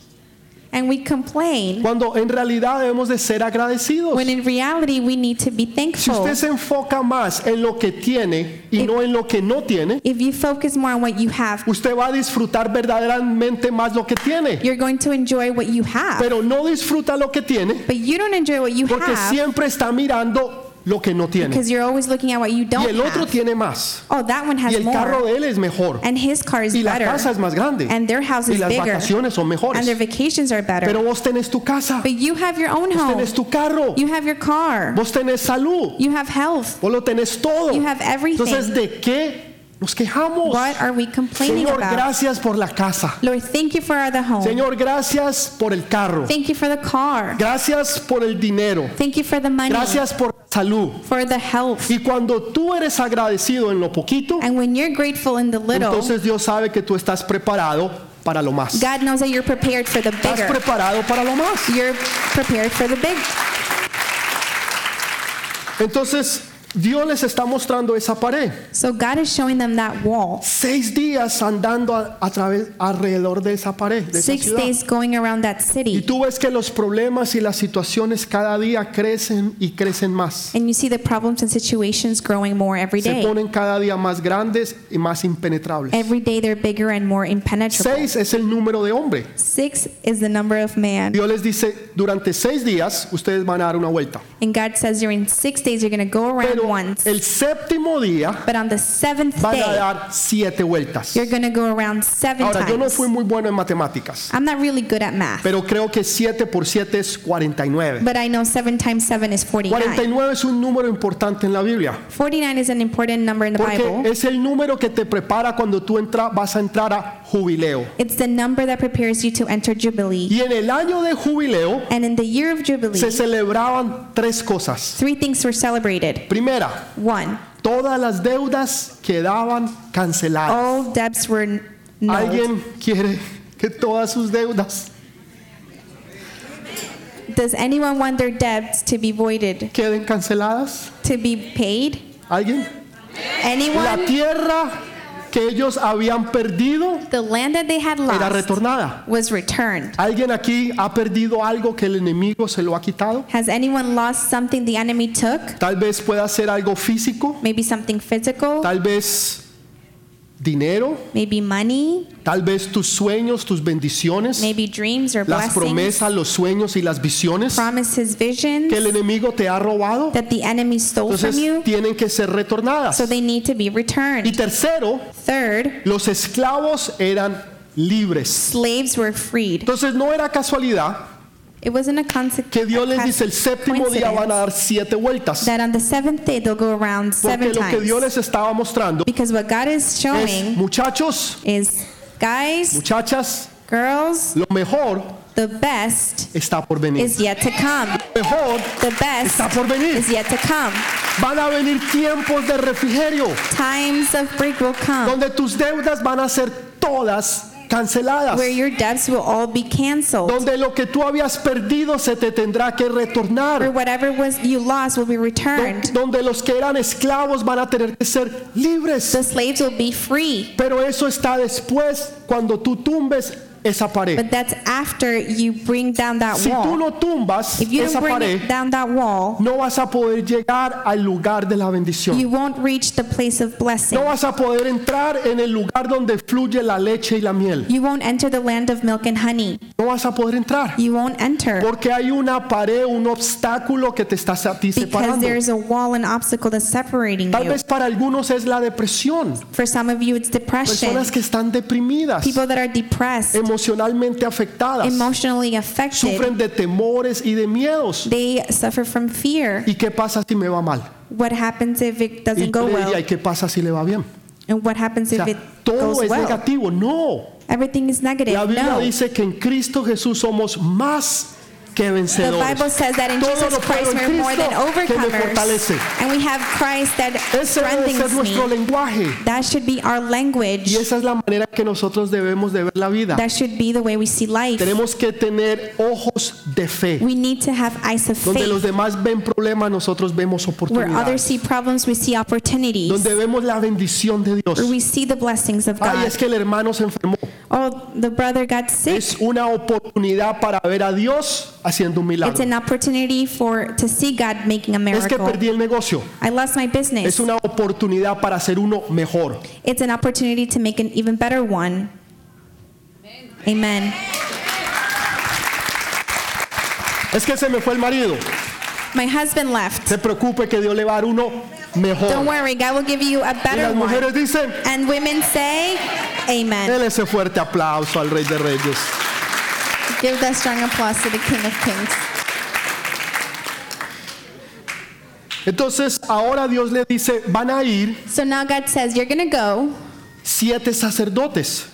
S2: And we complain
S1: cuando en realidad debemos de ser agradecidos.
S2: when in reality we need to
S1: Si
S2: be thankful.
S1: usted se enfoca más en lo que tiene y no en lo que no tiene,
S2: If you focus more on what you have,
S1: usted va a disfrutar verdaderamente más lo que tiene.
S2: you're going to enjoy what you have.
S1: Pero no disfruta lo que tiene
S2: But you don't enjoy what you
S1: porque
S2: have
S1: siempre está mirando lo que no tiene.
S2: because you're always looking at what
S1: Y
S2: you don't
S1: el otro
S2: have.
S1: tiene más.
S2: Oh, that one
S1: Y
S2: has
S1: el carro
S2: more.
S1: de él es mejor.
S2: And his car is
S1: Y la casa
S2: better.
S1: es más grande.
S2: And their house
S1: Y
S2: is
S1: las
S2: bigger.
S1: vacaciones son
S2: And their
S1: mejores.
S2: vacations are better.
S1: Pero vos tenés tu casa.
S2: But you have your own home.
S1: Tenés tu carro.
S2: You have your car.
S1: Vos tenés salud.
S2: You have health.
S1: Vos lo tenés todo.
S2: You have everything.
S1: Entonces, ¿de qué nos quejamos?
S2: What are we complaining
S1: Señor,
S2: about?
S1: gracias por la casa.
S2: Lord, thank you for the home.
S1: Señor, gracias por el carro.
S2: Thank you for the car.
S1: Gracias por el dinero.
S2: Thank you for the money.
S1: Gracias por la salud.
S2: For the health.
S1: Y cuando tú eres agradecido en lo poquito,
S2: And when you're grateful in the little,
S1: entonces Dios sabe que tú estás preparado para lo más.
S2: God knows that you're prepared for the
S1: Estás
S2: bigger.
S1: preparado para lo más.
S2: You're prepared for the big.
S1: Entonces, Dios les está mostrando esa pared.
S2: So God is showing them that wall.
S1: Seis días andando a, a través alrededor de esa pared. De esa
S2: Six
S1: ciudad.
S2: days going around that
S1: Y
S2: city.
S1: tú ves que los problemas y las situaciones cada día crecen y crecen más.
S2: And you see the problems and situations growing more every
S1: Se
S2: day.
S1: ponen cada día más grandes y más impenetrables.
S2: Every day they're bigger and more impenetrable.
S1: Seis es el número de hombre.
S2: Six is the number of man.
S1: Dios les dice, durante seis días ustedes van a dar una vuelta.
S2: And God says during six days you're going to go around
S1: Pero
S2: once.
S1: el séptimo día
S2: But on the seventh
S1: van a
S2: day,
S1: dar siete vueltas.
S2: you're going to go around seven
S1: Ahora, yo no
S2: times.
S1: fui muy bueno en matemáticas,
S2: I'm not really good at math,
S1: pero creo que siete por siete es 49.
S2: but I know seven times seven is 49.
S1: 49 es un número importante en la Biblia.
S2: 49 is an important number in the
S1: Porque
S2: Bible.
S1: es el número que te prepara cuando tú entra- vas a entrar a jubileo.
S2: It's the number that prepares you to enter Jubilee.
S1: Y en el año de jubileo
S2: And in the year of
S1: se
S2: Jubilee,
S1: celebraban tres cosas.
S2: three things were celebrated.
S1: Primera,
S2: One,
S1: todas las deudas quedaban canceladas.
S2: all debts were n- nulled.
S1: ¿Alguien quiere que todas sus deudas
S2: Does anyone want their debts to be voided,
S1: queden canceladas?
S2: to be paid?
S1: ¿Alguien? La
S2: Anyone?
S1: tierra que ellos habían perdido
S2: The land that they had
S1: era
S2: lost
S1: retornada.
S2: was returned.
S1: ¿Alguien aquí ha perdido algo que el enemigo se lo ha quitado?
S2: Has anyone lost something the enemy took?
S1: Tal vez pueda ser algo físico,
S2: Maybe something physical,
S1: tal vez dinero,
S2: maybe money,
S1: tal vez tus sueños, tus bendiciones,
S2: maybe dreams or
S1: las
S2: blessings,
S1: promesas, los sueños y las visiones
S2: promises, visions
S1: que el enemigo te ha robado,
S2: that the enemy stole from
S1: entonces
S2: you,
S1: tienen que ser retornadas.
S2: so they need to be
S1: Y
S2: returned.
S1: tercero,
S2: Third,
S1: los esclavos eran libres.
S2: slaves were freed.
S1: Entonces no era casualidad
S2: It wasn't a consequence
S1: que Dios les dice el séptimo día van a dar siete vueltas,
S2: that on the seventh day they'll go around
S1: porque
S2: seven
S1: lo que Dios les
S2: times.
S1: estaba mostrando
S2: Because what God is
S1: es,
S2: showing
S1: muchachos,
S2: is, guys,
S1: muchachas,
S2: girls,
S1: lo mejor
S2: the best
S1: está por venir.
S2: is yet to come.
S1: Lo mejor
S2: The best
S1: está por venir.
S2: is yet to come.
S1: Van a venir tiempos de refrigerio
S2: Times of break will come
S1: donde tus deudas van a ser todas canceladas.
S2: where your debts will all be canceled.
S1: Donde lo que tú habías perdido se te tendrá que
S2: Where
S1: retornar.
S2: whatever was you lost will be returned.
S1: Donde los que eran esclavos van a tener que ser libres.
S2: The slaves will be free.
S1: Pero eso está después cuando tú tumbes esa pared.
S2: But that's after you bring down that
S1: Si tú
S2: wall.
S1: no tumbas
S2: If you
S1: esa
S2: don't bring
S1: pared,
S2: down that wall,
S1: no vas a poder llegar al lugar de la
S2: you
S1: bendición.
S2: won't reach the place of
S1: No
S2: blessing.
S1: vas a poder entrar en el lugar donde fluye la leche y la miel.
S2: You won't enter the land of milk and honey.
S1: No vas a poder entrar.
S2: You won't enter
S1: Porque hay una pared, un obstáculo que te está a ti
S2: because
S1: separando.
S2: there's a wall and obstacle that's separating
S1: Tal
S2: you.
S1: vez para algunos es la depresión.
S2: For some of you, it's depression.
S1: Personas que están deprimidas,
S2: People that are depressed,
S1: emocionalmente afectadas,
S2: emotionally affected,
S1: sufren de temores y de miedos.
S2: they suffer from fear.
S1: ¿Y qué pasa si me va mal?
S2: What happens if it
S1: Y
S2: doesn't
S1: yo
S2: go
S1: le diría,
S2: well?
S1: ¿y qué pasa si le va bien?
S2: And what happens
S1: O
S2: if
S1: sea,
S2: it
S1: todo
S2: goes
S1: es
S2: well?
S1: negativo. No.
S2: Everything is negative.
S1: La Biblia
S2: No.
S1: dice que en Cristo Jesús somos más que
S2: The
S1: vencedores.
S2: Bible says that in
S1: Todo
S2: Jesus
S1: lo puedo
S2: Christ
S1: en
S2: we're more than
S1: Cristo que me fortalece.
S2: overcomers. And we have Christ that
S1: Ese debe ser
S2: strengthens
S1: nuestro
S2: me.
S1: lenguaje.
S2: That should be our language.
S1: Y esa es la manera que nosotros debemos de ver la vida.
S2: That should be the way we see life.
S1: Ah. Tenemos que tener ojos de fe.
S2: We need to have eyes of
S1: Donde los
S2: faith.
S1: demás ven problemas, nosotros vemos
S2: Where others
S1: oportunidades.
S2: see problems, we see opportunities.
S1: Donde vemos la bendición de
S2: Where
S1: Dios.
S2: we see the blessings of
S1: Ay,
S2: God.
S1: es que el hermano se enfermó.
S2: Oh, the brother got sick.
S1: Es una oportunidad para ver a Dios haciendo un
S2: It's
S1: milagro.
S2: an opportunity for to see God making a
S1: Es que
S2: miracle.
S1: perdí el negocio.
S2: I lost my
S1: Es
S2: business.
S1: una oportunidad para ser uno mejor.
S2: It's an opportunity to make an even better one. Amen.
S1: Es que se me fue el marido.
S2: My husband left.
S1: Se preocupe que Dios le va a dar uno
S2: Don't
S1: mejor.
S2: worry, God will give you a
S1: Y
S2: better
S1: las mujeres
S2: one.
S1: dicen,
S2: And women say, Amen.
S1: Dele ese fuerte aplauso al Rey de Reyes.
S2: Give that strong applause to the King of Kings.
S1: Entonces, ahora Dios le dice, van a ir
S2: So now God says, You're going to go.
S1: siete sacerdotes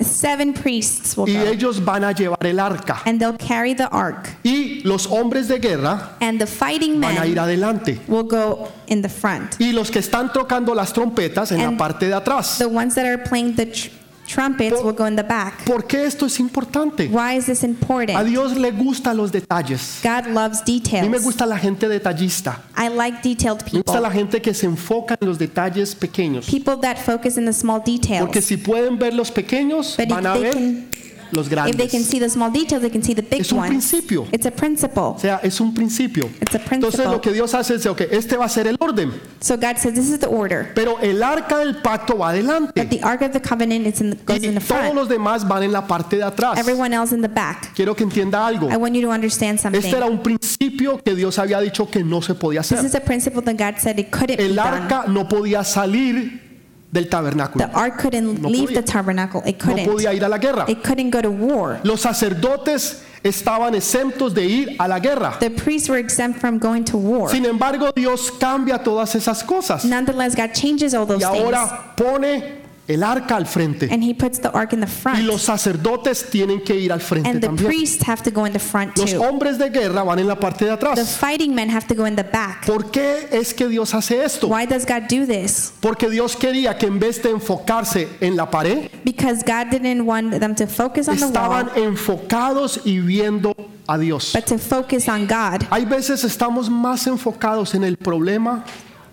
S2: Seven priests will
S1: y
S2: go.
S1: ellos van a llevar el arca.
S2: And they'll carry the ark.
S1: Y los hombres de guerra
S2: And the fighting
S1: van a ir
S2: men
S1: adelante.
S2: will go in the front.
S1: Y los que están tocando las trompetas en la
S2: And
S1: parte de atrás.
S2: The ones that are playing the tr- trumpets will go in the back.
S1: ¿Por qué esto es importante?
S2: Why is this
S1: A
S2: important?
S1: Dios le gustan los detalles.
S2: God loves
S1: A mí me
S2: details.
S1: gusta la gente detallista.
S2: I like detailed
S1: Me gusta la
S2: people.
S1: gente que se enfoca en los detalles pequeños.
S2: People that focus in the small
S1: Porque
S2: details.
S1: si pueden ver los pequeños,
S2: But if
S1: van a
S2: they
S1: ver
S2: can-
S1: los
S2: If they can
S1: grandes.
S2: see the small details, they can see the big
S1: Es un
S2: ones.
S1: principio.
S2: It's a principle.
S1: O sea, es un principio.
S2: It's a
S1: Entonces lo
S2: principle.
S1: que Dios hace es, ok, este va a ser el orden,
S2: So God says this is the order.
S1: pero el arca del pacto va
S2: But
S1: adelante
S2: the Ark of the Covenant is in the, goes in
S1: y
S2: the
S1: todos
S2: front.
S1: los demás van en la parte de atrás.
S2: Everyone else in the back.
S1: Quiero que entienda algo.
S2: I want you to understand
S1: Este era
S2: something.
S1: un principio que Dios había dicho que no se podía
S2: This
S1: hacer.
S2: is a principle that God said it couldn't be
S1: El
S2: done.
S1: arca no podía salir del tabernáculo,
S2: The Ark couldn't
S1: No
S2: leave
S1: podía.
S2: the tabernacle. It
S1: no
S2: couldn't.
S1: podía ir a la guerra.
S2: It couldn't go to war.
S1: Los sacerdotes estaban exentos de ir a la guerra.
S2: The priests were exempt from going to war.
S1: Sin embargo, Dios cambia todas esas cosas
S2: Nonetheless, God changes all
S1: y
S2: those things.
S1: ahora pone el arca al frente.
S2: And he puts the ark in the
S1: Y
S2: front.
S1: los sacerdotes tienen que ir al frente
S2: and the
S1: también.
S2: priests have to go in the front
S1: Los
S2: too.
S1: hombres de guerra van en la parte de
S2: The
S1: atrás.
S2: fighting men have to go in the back.
S1: ¿Por qué es que Dios hace esto?
S2: Why does God do this?
S1: Porque Dios quería que en vez de enfocarse en la pared,
S2: Because God didn't want them to focus on the
S1: estaban
S2: wall,
S1: enfocados y viendo a Dios.
S2: but to focus on God.
S1: Hay veces estamos más enfocados en el problema,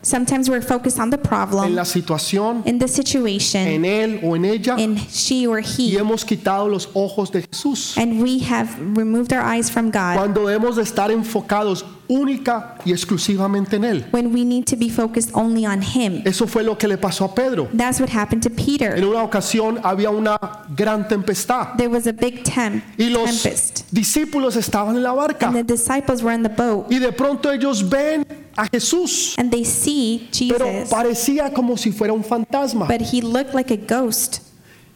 S2: Sometimes we're focused on the
S1: en
S2: problem,
S1: la situación,
S2: in the situation,
S1: en él o en ella,
S2: in she or
S1: y
S2: he,
S1: hemos quitado los ojos de Jesús.
S2: and we have removed our eyes from God
S1: Cuando debemos de estar enfocados única y exclusivamente en él.
S2: when we need to be focused only on Him.
S1: Eso fue lo que le pasó a Pedro.
S2: That's what happened to
S1: En
S2: Peter.
S1: una ocasión había una gran tempestad
S2: There was a big temp-
S1: y los
S2: tempest,
S1: discípulos estaban en la barca
S2: and the disciples were in the boat,
S1: y de pronto ellos ven a Jesús,
S2: and they see
S1: pero
S2: Jesus,
S1: parecía como si fuera un fantasma.
S2: but he looked like a ghost.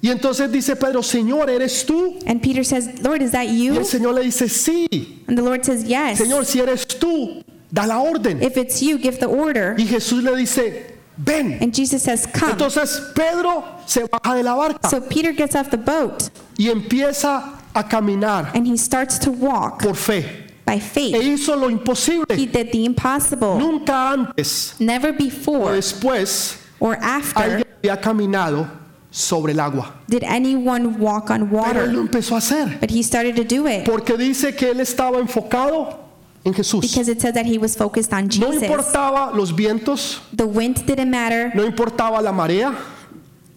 S1: Y entonces dice Pedro, Señor, ¿eres tú?
S2: And Peter says, Lord, is that
S1: Y
S2: you?
S1: el Señor le dice, sí,
S2: And the Lord says, Yes.
S1: Señor, si eres tú, da la orden.
S2: If it's you, give the order.
S1: Y Jesús le dice, ven.
S2: And Jesus says, Come.
S1: Entonces Pedro se baja de la barca
S2: So Peter gets off the boat
S1: y empieza a caminar
S2: and he starts to walk
S1: por fe.
S2: by
S1: E
S2: faith.
S1: hizo lo
S2: He
S1: imposible.
S2: did the impossible.
S1: Nunca antes
S2: Never
S1: o
S2: before
S1: después
S2: or after
S1: alguien había caminado sobre el agua.
S2: did anyone walk on
S1: Pero él lo
S2: water,
S1: empezó a hacer.
S2: but he started to do it
S1: Porque dice que él estaba enfocado en Jesús.
S2: because it said that he was focused on
S1: No
S2: Jesus.
S1: importaba los vientos,
S2: The wind didn't matter,
S1: no importaba la marea,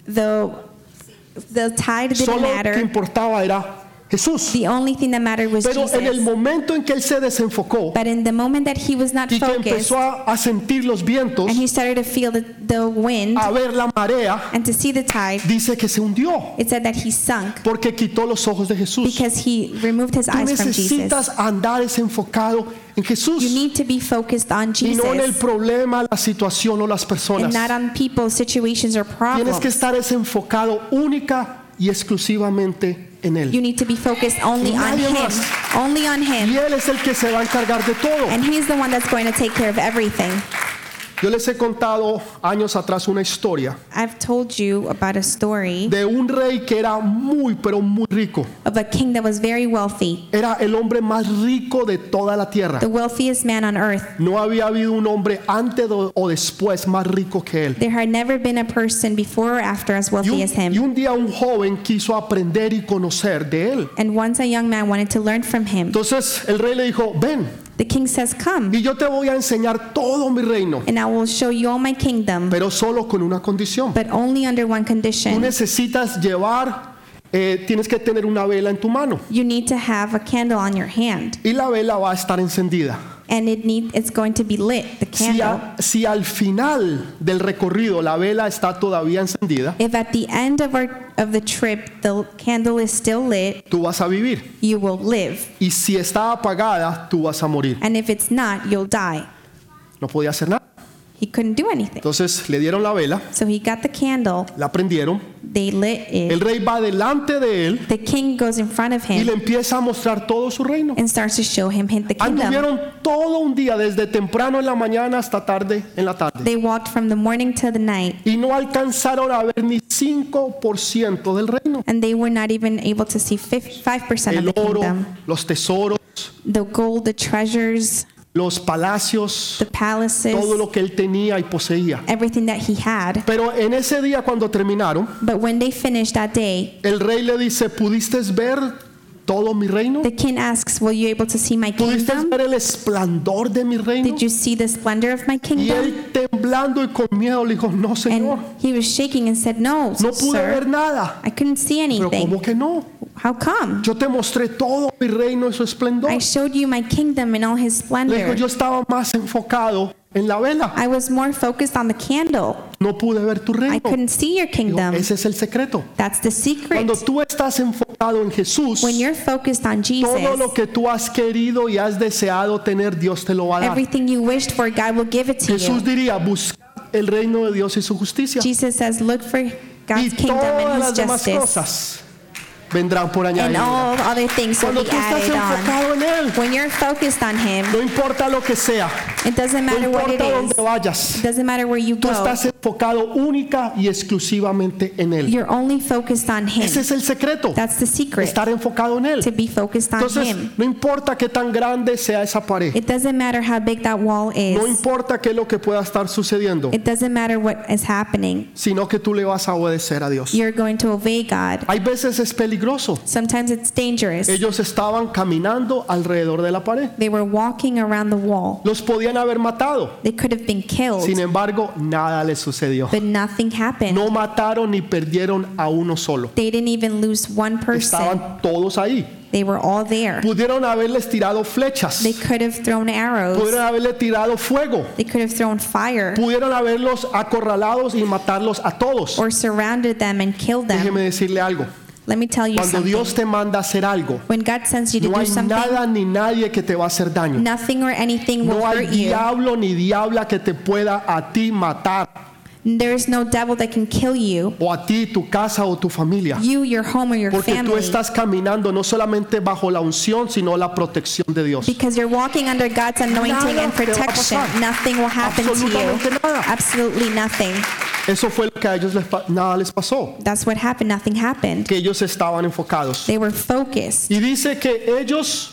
S2: the, the tide didn't
S1: solo lo que
S2: matter.
S1: importaba era Jesús.
S2: The only thing that mattered was
S1: Pero en el
S2: Jesus.
S1: momento en que él se desenfocó
S2: But in the moment that he was not
S1: y que
S2: focused
S1: empezó a, a sentir los vientos,
S2: and he started to feel the, the wind
S1: a ver la marea,
S2: and to see the tide,
S1: dice que se hundió
S2: it said that he sunk
S1: porque quitó los ojos de Jesús.
S2: because he removed his
S1: Tú
S2: eyes from Jesus.
S1: necesitas andar desenfocado en
S2: You
S1: Jesús
S2: need to be focused on
S1: y no en el
S2: Jesus
S1: problema, la situación o las
S2: and
S1: personas.
S2: not on people, situations, or
S1: Tienes que
S2: problems.
S1: estar desenfocado única y exclusivamente en
S2: You
S1: Él.
S2: need to be focused only on
S1: Nadie
S2: Him,
S1: más.
S2: only on
S1: Y
S2: Him,
S1: Él es el que se va a encargar de todo.
S2: and He's the one that's going to take care of everything.
S1: Yo les he contado años atrás una historia
S2: I've told you about a story
S1: de un rey que era muy, pero muy rico.
S2: of a king that was very wealthy,
S1: Era el hombre más rico de toda la tierra.
S2: the wealthiest man on earth.
S1: No había habido un hombre antes do- o después más rico que él.
S2: There had never been a person before or after as
S1: Y un,
S2: wealthy as
S1: y
S2: him.
S1: un día un joven quiso aprender y conocer de él.
S2: And once a young man wanted to learn from him.
S1: Entonces el rey le dijo, ven
S2: The king says, Come,
S1: y yo te voy a enseñar todo mi reino,
S2: and I will show you all my kingdom,
S1: pero solo con una condición.
S2: but only under one
S1: Tú
S2: condition.
S1: necesitas llevar, eh, tienes que tener una vela en tu mano
S2: You need to have a candle on your hand,
S1: y la vela va a estar encendida.
S2: and it need, it's going to be lit, the
S1: Si,
S2: candle.
S1: a- si al final del recorrido la vela está todavía encendida,
S2: If at the end of, our, of the trip the candle is still lit,
S1: tú vas a vivir.
S2: you will live.
S1: Y si está apagada, tú vas a morir.
S2: And if it's not, you'll die.
S1: No podía hacer nada.
S2: He couldn't do anything.
S1: Entonces le dieron la vela,
S2: So he got the candle,
S1: la prendieron.
S2: they lit
S1: El
S2: it.
S1: rey va delante de él
S2: The king goes in front of
S1: y le
S2: him
S1: empieza a mostrar todo su reino.
S2: and starts to show him him- the kingdom.
S1: Anduvieron todo un día, desde temprano en la mañana hasta tarde en la tarde.
S2: They walked from the morning till the night,
S1: Y no alcanzaron a ver ni 5% del reino.
S2: and they were not even able to see fif- 5% of
S1: El
S2: the
S1: oro,
S2: kingdom.
S1: los tesoros,
S2: The gold, the treasures,
S1: los palacios,
S2: the
S1: todo
S2: palaces,
S1: lo que él tenía y poseía.
S2: everything that he had.
S1: Pero en ese día cuando terminaron,
S2: But when they finished that day,
S1: el rey le dice, ¿pudiste ver todo mi reino?
S2: the king asks, Were you able to see my
S1: ¿Pudiste
S2: kingdom?
S1: ver el esplendor de mi reino?
S2: Did you see the splendor of my
S1: Y
S2: kingdom?
S1: él temblando y con miedo le dijo, no, Señor,
S2: And he was shaking and said, No,
S1: no pude ver
S2: sir,
S1: nada.
S2: I couldn't see
S1: Pero
S2: anything.
S1: ¿cómo que no?
S2: How come?
S1: Yo te mostré todo mi reino y su esplendor.
S2: I showed you my kingdom and all his
S1: Le dijo,
S2: splendor.
S1: yo estaba más enfocado en la vela.
S2: I was more focused on the candle.
S1: No pude ver tu
S2: I
S1: reino.
S2: couldn't see your
S1: Dijo,
S2: kingdom.
S1: Ese es el secreto.
S2: That's the
S1: Cuando
S2: secret.
S1: tú estás enfocado en Jesús,
S2: When you're focused on
S1: todo lo
S2: Jesus,
S1: que tú has querido y has deseado tener, Dios te lo va a dar.
S2: everything you wished for, God will give it to
S1: Jesús
S2: you.
S1: diría, busca el reino de Dios y su justicia.
S2: Jesus says, Look for
S1: Y
S2: God's kingdom
S1: todas
S2: and
S1: las
S2: his
S1: demás
S2: justice,
S1: cosas vendrán por
S2: and
S1: añadidura.
S2: all other things will
S1: Cuando
S2: be
S1: tú estás
S2: added on.
S1: enfocado en Él,
S2: When you're focused on him,
S1: no importa lo que sea,
S2: it doesn't
S1: no
S2: matter what it
S1: importa
S2: is.
S1: dónde vayas,
S2: It doesn't matter where you
S1: tú
S2: go.
S1: estás enfocado única y exclusivamente en Él.
S2: You're only focused on
S1: Ese
S2: him.
S1: es el secreto,
S2: That's the secret.
S1: estar enfocado en Él.
S2: To be focused on
S1: Entonces,
S2: him.
S1: no importa qué tan grande sea esa pared,
S2: It doesn't matter how big that wall
S1: no
S2: is.
S1: importa qué es lo que pueda estar sucediendo,
S2: It doesn't matter what is happening.
S1: sino que tú le vas a obedecer a Dios.
S2: You're going to obey God.
S1: Hay veces es peligroso.
S2: Sometimes it's dangerous.
S1: Ellos estaban caminando alrededor de la pared.
S2: They were walking around the wall.
S1: Los podían haber matado.
S2: They could have been killed,
S1: Sin embargo, nada les sucedió.
S2: but nothing happened.
S1: No mataron ni perdieron a uno solo.
S2: They didn't even lose one person.
S1: Estaban todos ahí.
S2: They were all there.
S1: Pudieron haberles tirado flechas.
S2: They could have thrown
S1: Pudieron
S2: arrows.
S1: haberle tirado fuego.
S2: They could have thrown fire
S1: Pudieron haberlos acorralados y matarlos a todos.
S2: or surrounded them and killed them.
S1: Déjeme decirle algo.
S2: Let me tell you
S1: Cuando Dios
S2: something.
S1: te manda a hacer algo,
S2: When God sends you to
S1: no
S2: do
S1: hay
S2: something,
S1: nada ni nadie que te va a hacer daño.
S2: Nothing or anything will
S1: No hay
S2: hurt you.
S1: diablo ni diabla que te pueda a ti matar
S2: There is no devil that can kill you,
S1: o a ti, tu casa o tu familia.
S2: you, your home, or your
S1: Porque tú
S2: family.
S1: estás caminando no solamente bajo la unción, sino la protección de Dios.
S2: Because you're walking under God's anointing
S1: Nada
S2: and
S1: te va a
S2: protection.
S1: pasar.
S2: Nothing will happen to you.
S1: Absolutamente nada.
S2: Absolutely nothing.
S1: Eso fue lo que a ellos les pa- nada les pasó,
S2: That's what happened. Nothing happened.
S1: que ellos estaban enfocados.
S2: They were focused.
S1: Y dice que ellos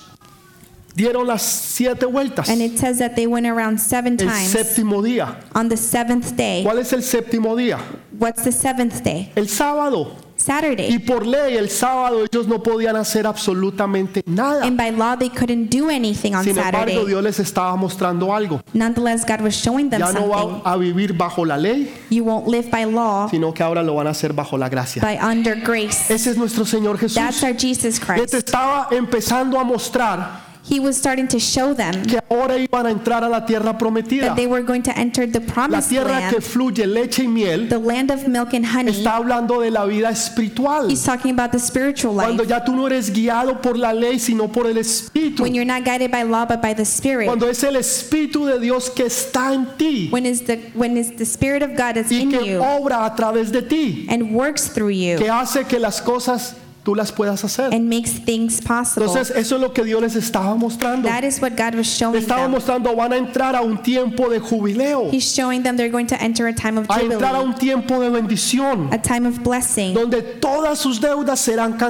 S1: dieron las siete vueltas
S2: And
S1: el
S2: it says that they went around seven times
S1: séptimo día.
S2: on the seventh day.
S1: ¿Cuál es el séptimo día?
S2: What's the seventh day?
S1: El sábado. Y
S2: Saturday.
S1: por ley el sábado ellos no podían hacer absolutamente nada.
S2: And by law, they couldn't do anything on
S1: Sin embargo,
S2: Saturday.
S1: Dios les estaba mostrando algo.
S2: Nonetheless, God was showing them
S1: Ya no van
S2: something.
S1: a vivir bajo la ley,
S2: You won't live by law,
S1: sino que ahora lo van a hacer bajo la gracia.
S2: by under grace.
S1: Ese es nuestro Señor Jesús.
S2: That's our
S1: Les
S2: Jesus Christ.
S1: estaba empezando a mostrar
S2: He was starting to show them
S1: que ahora iban a entrar a la tierra prometida.
S2: that they were going to enter the
S1: La
S2: promised
S1: tierra que
S2: land,
S1: fluye leche y miel
S2: the land of milk and honey.
S1: está hablando de la vida espiritual.
S2: He's talking about the spiritual life.
S1: Cuando ya tú no eres guiado por la ley, sino por el Espíritu.
S2: When you're not guided by law but by the Spirit.
S1: Cuando es el Espíritu de Dios que está en ti
S2: When is the when is the Spirit of God that's
S1: y
S2: in
S1: que
S2: you
S1: obra a través de ti,
S2: and works through you
S1: que hace que las cosas tú las puedas hacer.
S2: and makes things possible.
S1: Entonces, eso es lo que Dios les estaba mostrando.
S2: That is what God was
S1: Le
S2: showing
S1: estaba
S2: them.
S1: mostrando, van a entrar a un tiempo de jubileo,
S2: He's showing them they're going to enter a time of
S1: a entrar a
S2: jubilee,
S1: un tiempo de bendición,
S2: a time of blessing,
S1: donde todas sus deudas serán
S2: where all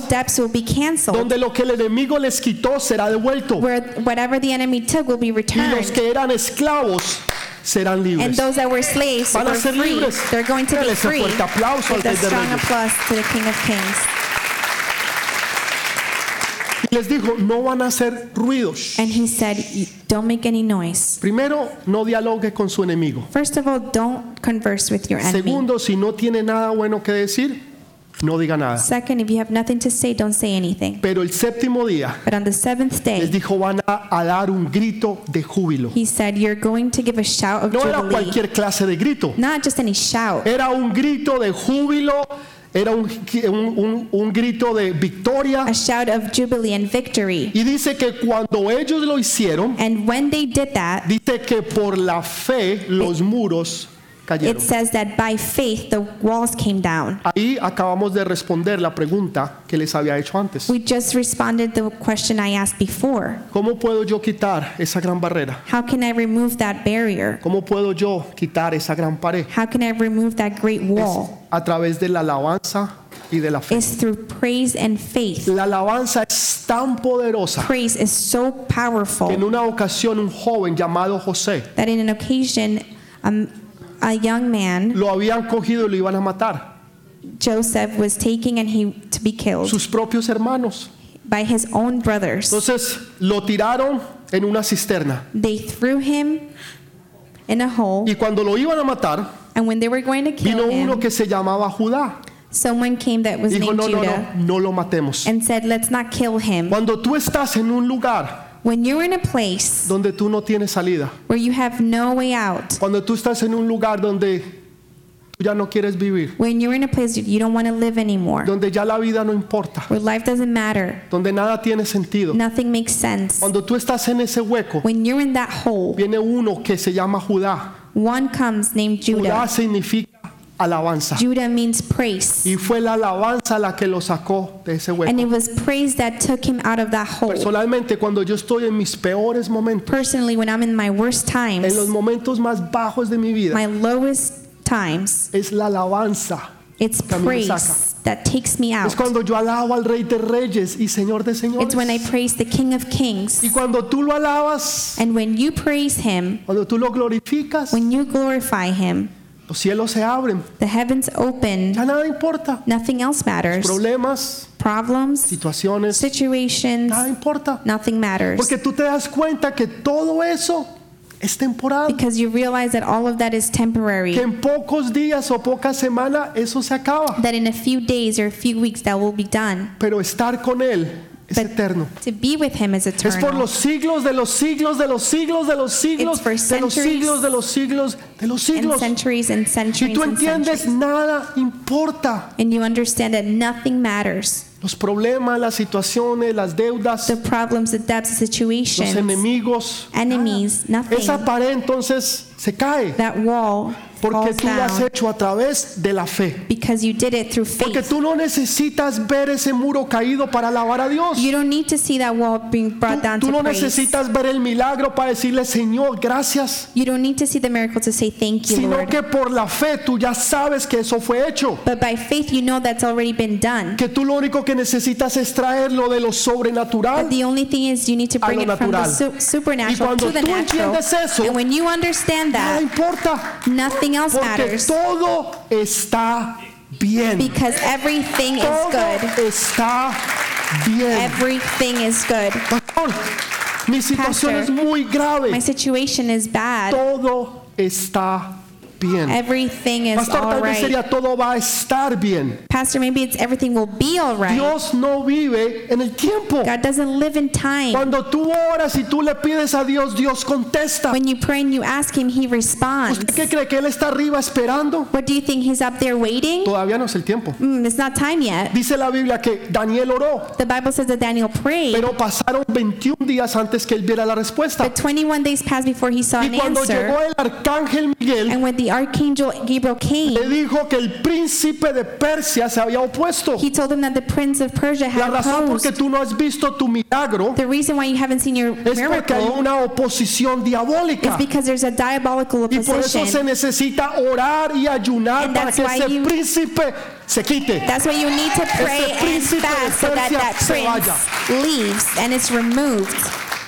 S1: canceladas,
S2: debts will be canceled,
S1: donde lo que el enemigo les quitó será devuelto,
S2: where whatever the enemy took will be
S1: y los
S2: returned,
S1: que eran esclavos serán
S2: and
S1: libres.
S2: those that were slaves
S1: Van a
S2: were
S1: ser
S2: free.
S1: libres.
S2: They're going to be
S1: Dale ese
S2: free.
S1: fuerte aplauso al
S2: With a
S1: Rey de
S2: strong
S1: Reyes.
S2: applause to the King of Kings.
S1: Y les dijo, no van a hacer ruidos.
S2: And he said, "Y- "Don't make any noise.
S1: Primero, no dialogue con su enemigo.
S2: First of all, don't converse with your enemy.
S1: Segundo, si no tiene nada bueno que decir, no diga nada.
S2: Second, if you have nothing to say, don't say anything."
S1: Pero el séptimo día
S2: But on the seventh
S1: les
S2: day,
S1: dijo, van a, a dar un grito de júbilo.
S2: he said, "You're going to give a shout of
S1: No era
S2: jubilee."
S1: cualquier clase de grito.
S2: not just any shout.
S1: Era un grito de júbilo, era un, un- un- un grito de victoria.
S2: a shout of jubilee and victory.
S1: Y dice que cuando ellos lo hicieron,
S2: And when they did that,
S1: dice que por la fe los muros
S2: it
S1: cayeron.
S2: says that by faith the walls came down.
S1: Ahí acabamos de responder la pregunta que les había hecho antes.
S2: We just responded the question I asked before.
S1: ¿Cómo puedo yo quitar esa gran barrera?
S2: How can I remove that barrier?
S1: ¿Cómo puedo yo quitar esa gran pared?
S2: How can I remove that great wall?
S1: A través de la alabanza y de la fe.
S2: It's through praise and faith.
S1: La alabanza es tan poderosa
S2: Praise is so
S1: que en
S2: powerful
S1: una ocasión un joven llamado José
S2: that in an occasion, um, a young man,
S1: lo habían cogido y lo iban a matar.
S2: Joseph, was taken and he to be killed
S1: Sus propios hermanos.
S2: by his own brothers.
S1: Entonces lo tiraron en una cisterna.
S2: They threw him in a hole.
S1: Y cuando lo iban a matar,
S2: And when they were going to
S1: vino
S2: kill
S1: uno
S2: him,
S1: que se llamaba Judá.
S2: someone came that was
S1: Dijo,
S2: named
S1: no, no, no,
S2: Judah
S1: no lo matemos.
S2: and said, Let's not kill him.
S1: Cuando tú estás en un lugar
S2: When you're in a place
S1: donde tú no tienes salida,
S2: where you have no way out,
S1: Cuando tú estás en un lugar donde tú ya no quieres vivir,
S2: when you're in a place you don't want to live anymore,
S1: donde ya la vida no importa,
S2: where life doesn't matter,
S1: donde nada tiene sentido,
S2: nothing makes sense,
S1: cuando tú estás en ese hueco,
S2: when you're in that hole,
S1: viene uno que se llama Judá.
S2: one comes named
S1: Judá
S2: Judah.
S1: significa alabanza.
S2: Judah means praise.
S1: Y fue la alabanza la que lo sacó de ese
S2: And
S1: hueco.
S2: it was praise that took him out of that hole.
S1: Personalmente, cuando yo estoy en mis peores momentos,
S2: Personally, when I'm in my worst
S1: en los
S2: times,
S1: momentos más bajos de mi vida,
S2: my lowest times,
S1: es la alabanza.
S2: it's
S1: a mí me saca.
S2: praise that takes me out.
S1: Es cuando yo alabo al Rey de Reyes y Señor de
S2: It's when I
S1: Señores.
S2: praise the King of
S1: Y
S2: Kings.
S1: cuando tú lo alabas,
S2: And when you praise him,
S1: cuando tú lo glorificas,
S2: when you glorify him,
S1: Los cielos se abren,
S2: the heavens open,
S1: ya nada importa.
S2: nothing else matters.
S1: Problemas,
S2: Problems,
S1: situaciones,
S2: situations,
S1: nada importa.
S2: nothing matters.
S1: Porque tú te das cuenta que todo eso es temporal.
S2: Because you realize that all of that is
S1: Oh. Que
S2: temporary.
S1: en pocos días o pocas semanas eso se acaba.
S2: That in a few days or a few weeks that will be done.
S1: Pero estar con Él es
S2: But
S1: eterno.
S2: to be with him is
S1: Oh. Es por
S2: eternal.
S1: los siglos de los siglos de los siglos de los siglos
S2: for
S1: de los siglos de los siglos de los
S2: And
S1: siglos.
S2: centuries and
S1: Si
S2: centuries
S1: tú
S2: and
S1: entiendes,
S2: centuries.
S1: nada importa.
S2: And you understand that nothing matters.
S1: Los problemas, las situaciones, las deudas,
S2: The problems, the depths, the
S1: los
S2: situations,
S1: enemigos. Ah.
S2: enemies, nothing.
S1: Esa pared entonces se cae
S2: That wall
S1: porque
S2: falls
S1: tú lo has
S2: down.
S1: hecho a través de la fe.
S2: because you did it through
S1: Porque
S2: faith.
S1: tú no necesitas ver ese muro caído para alabar a Dios.
S2: You don't need to see that wall being brought down
S1: Tú
S2: to
S1: no
S2: praise.
S1: necesitas ver el milagro para decirle Señor, gracias.
S2: You don't need to see the miracle to say thank you,
S1: Sino
S2: Lord.
S1: que por la fe tú ya sabes que eso fue hecho.
S2: But by faith, you know that's already been done.
S1: Que tú lo único que necesitas es traerlo de lo
S2: But
S1: sobrenatural.
S2: the only thing is, you need to
S1: a
S2: bring
S1: lo
S2: it from the
S1: natural.
S2: su- supernatural
S1: Y cuando
S2: to the
S1: tú
S2: natural.
S1: entiendes eso,
S2: and when you understand
S1: Nada
S2: that,
S1: importa.
S2: nothing else
S1: Porque
S2: matters
S1: todo está bien.
S2: because everything is good.
S1: Todo está bien.
S2: Everything is good.
S1: Pastor, mi situación es
S2: Pastor,
S1: muy
S2: My
S1: grave.
S2: situation is bad.
S1: Todo está bien.
S2: Everything is
S1: Pastor,
S2: all
S1: tal vez
S2: right.
S1: sería todo va a estar bien.
S2: Pastor, maybe it's everything will be all right.
S1: Dios no vive en el tiempo.
S2: God doesn't live in time.
S1: Cuando tú oras y tú le pides a Dios, Dios contesta.
S2: When you pray and you ask him, he responds.
S1: ¿Usted qué cree que Él está arriba esperando?
S2: What do you think? He's up there waiting?
S1: Todavía no es el tiempo.
S2: Mm, it's not time yet.
S1: Dice la Biblia que Daniel oró,
S2: The Bible says that Daniel prayed,
S1: pero pasaron 21 días antes que él viera la respuesta.
S2: but 21 days passed before he saw
S1: Y
S2: an
S1: cuando llegó
S2: answer.
S1: el arcángel Miguel,
S2: And when the archangel Gabriel
S1: le
S2: came,
S1: dijo que el príncipe de Persia se había opuesto.
S2: he told him that the prince of Persia
S1: La
S2: had
S1: razón por
S2: opposed.
S1: que tú no has visto tu milagro
S2: The reason why you haven't seen your
S1: es porque hay
S2: miracle
S1: una oposición
S2: is
S1: diabólica.
S2: because there's a diabolical
S1: Y por eso se
S2: opposition.
S1: necesita orar y ayunar
S2: And
S1: para
S2: that's
S1: que
S2: why
S1: ese
S2: you-
S1: príncipe se quite.
S2: That's why you need to pray and
S1: príncipe de
S2: fast so that
S1: Persia
S2: that
S1: se
S2: prince leaves and it's removed.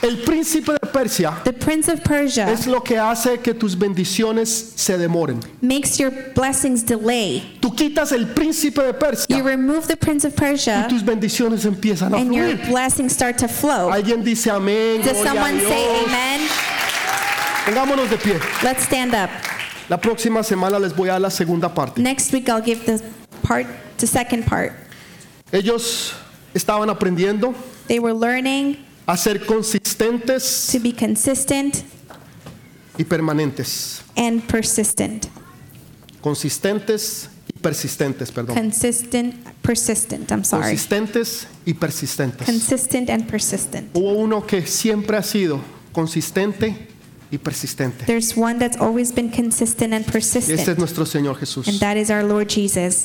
S1: El príncipe de Persia
S2: The prince of Persia
S1: es lo que hace que tus bendiciones se demoren.
S2: makes your blessings delay.
S1: Tú quitas el príncipe de
S2: You
S1: Persia
S2: remove the prince of
S1: y
S2: Persia
S1: tus bendiciones empiezan a
S2: and your
S1: fluir.
S2: blessings start to flow.
S1: Alguien dice amén.
S2: Does
S1: gloria a
S2: someone say
S1: Dios.
S2: amen?
S1: Pongámonos de pie.
S2: Let's stand up.
S1: La próxima semana les voy a dar la segunda parte.
S2: Next week I'll give the part the second part.
S1: Ellos estaban aprendiendo
S2: They were learning
S1: a ser consistentes
S2: to be consistent
S1: y permanentes.
S2: and persistent.
S1: Consistentes y persistentes, perdón.
S2: Consistent, persistent, I'm sorry.
S1: Consistentes y persistentes.
S2: Consistent and persistent.
S1: Hubo uno que siempre ha sido consistente y persistente.
S2: There's one that's always been consistent and
S1: Y este es
S2: persistent,
S1: nuestro Señor
S2: and
S1: Jesús.
S2: that is our Lord Jesus.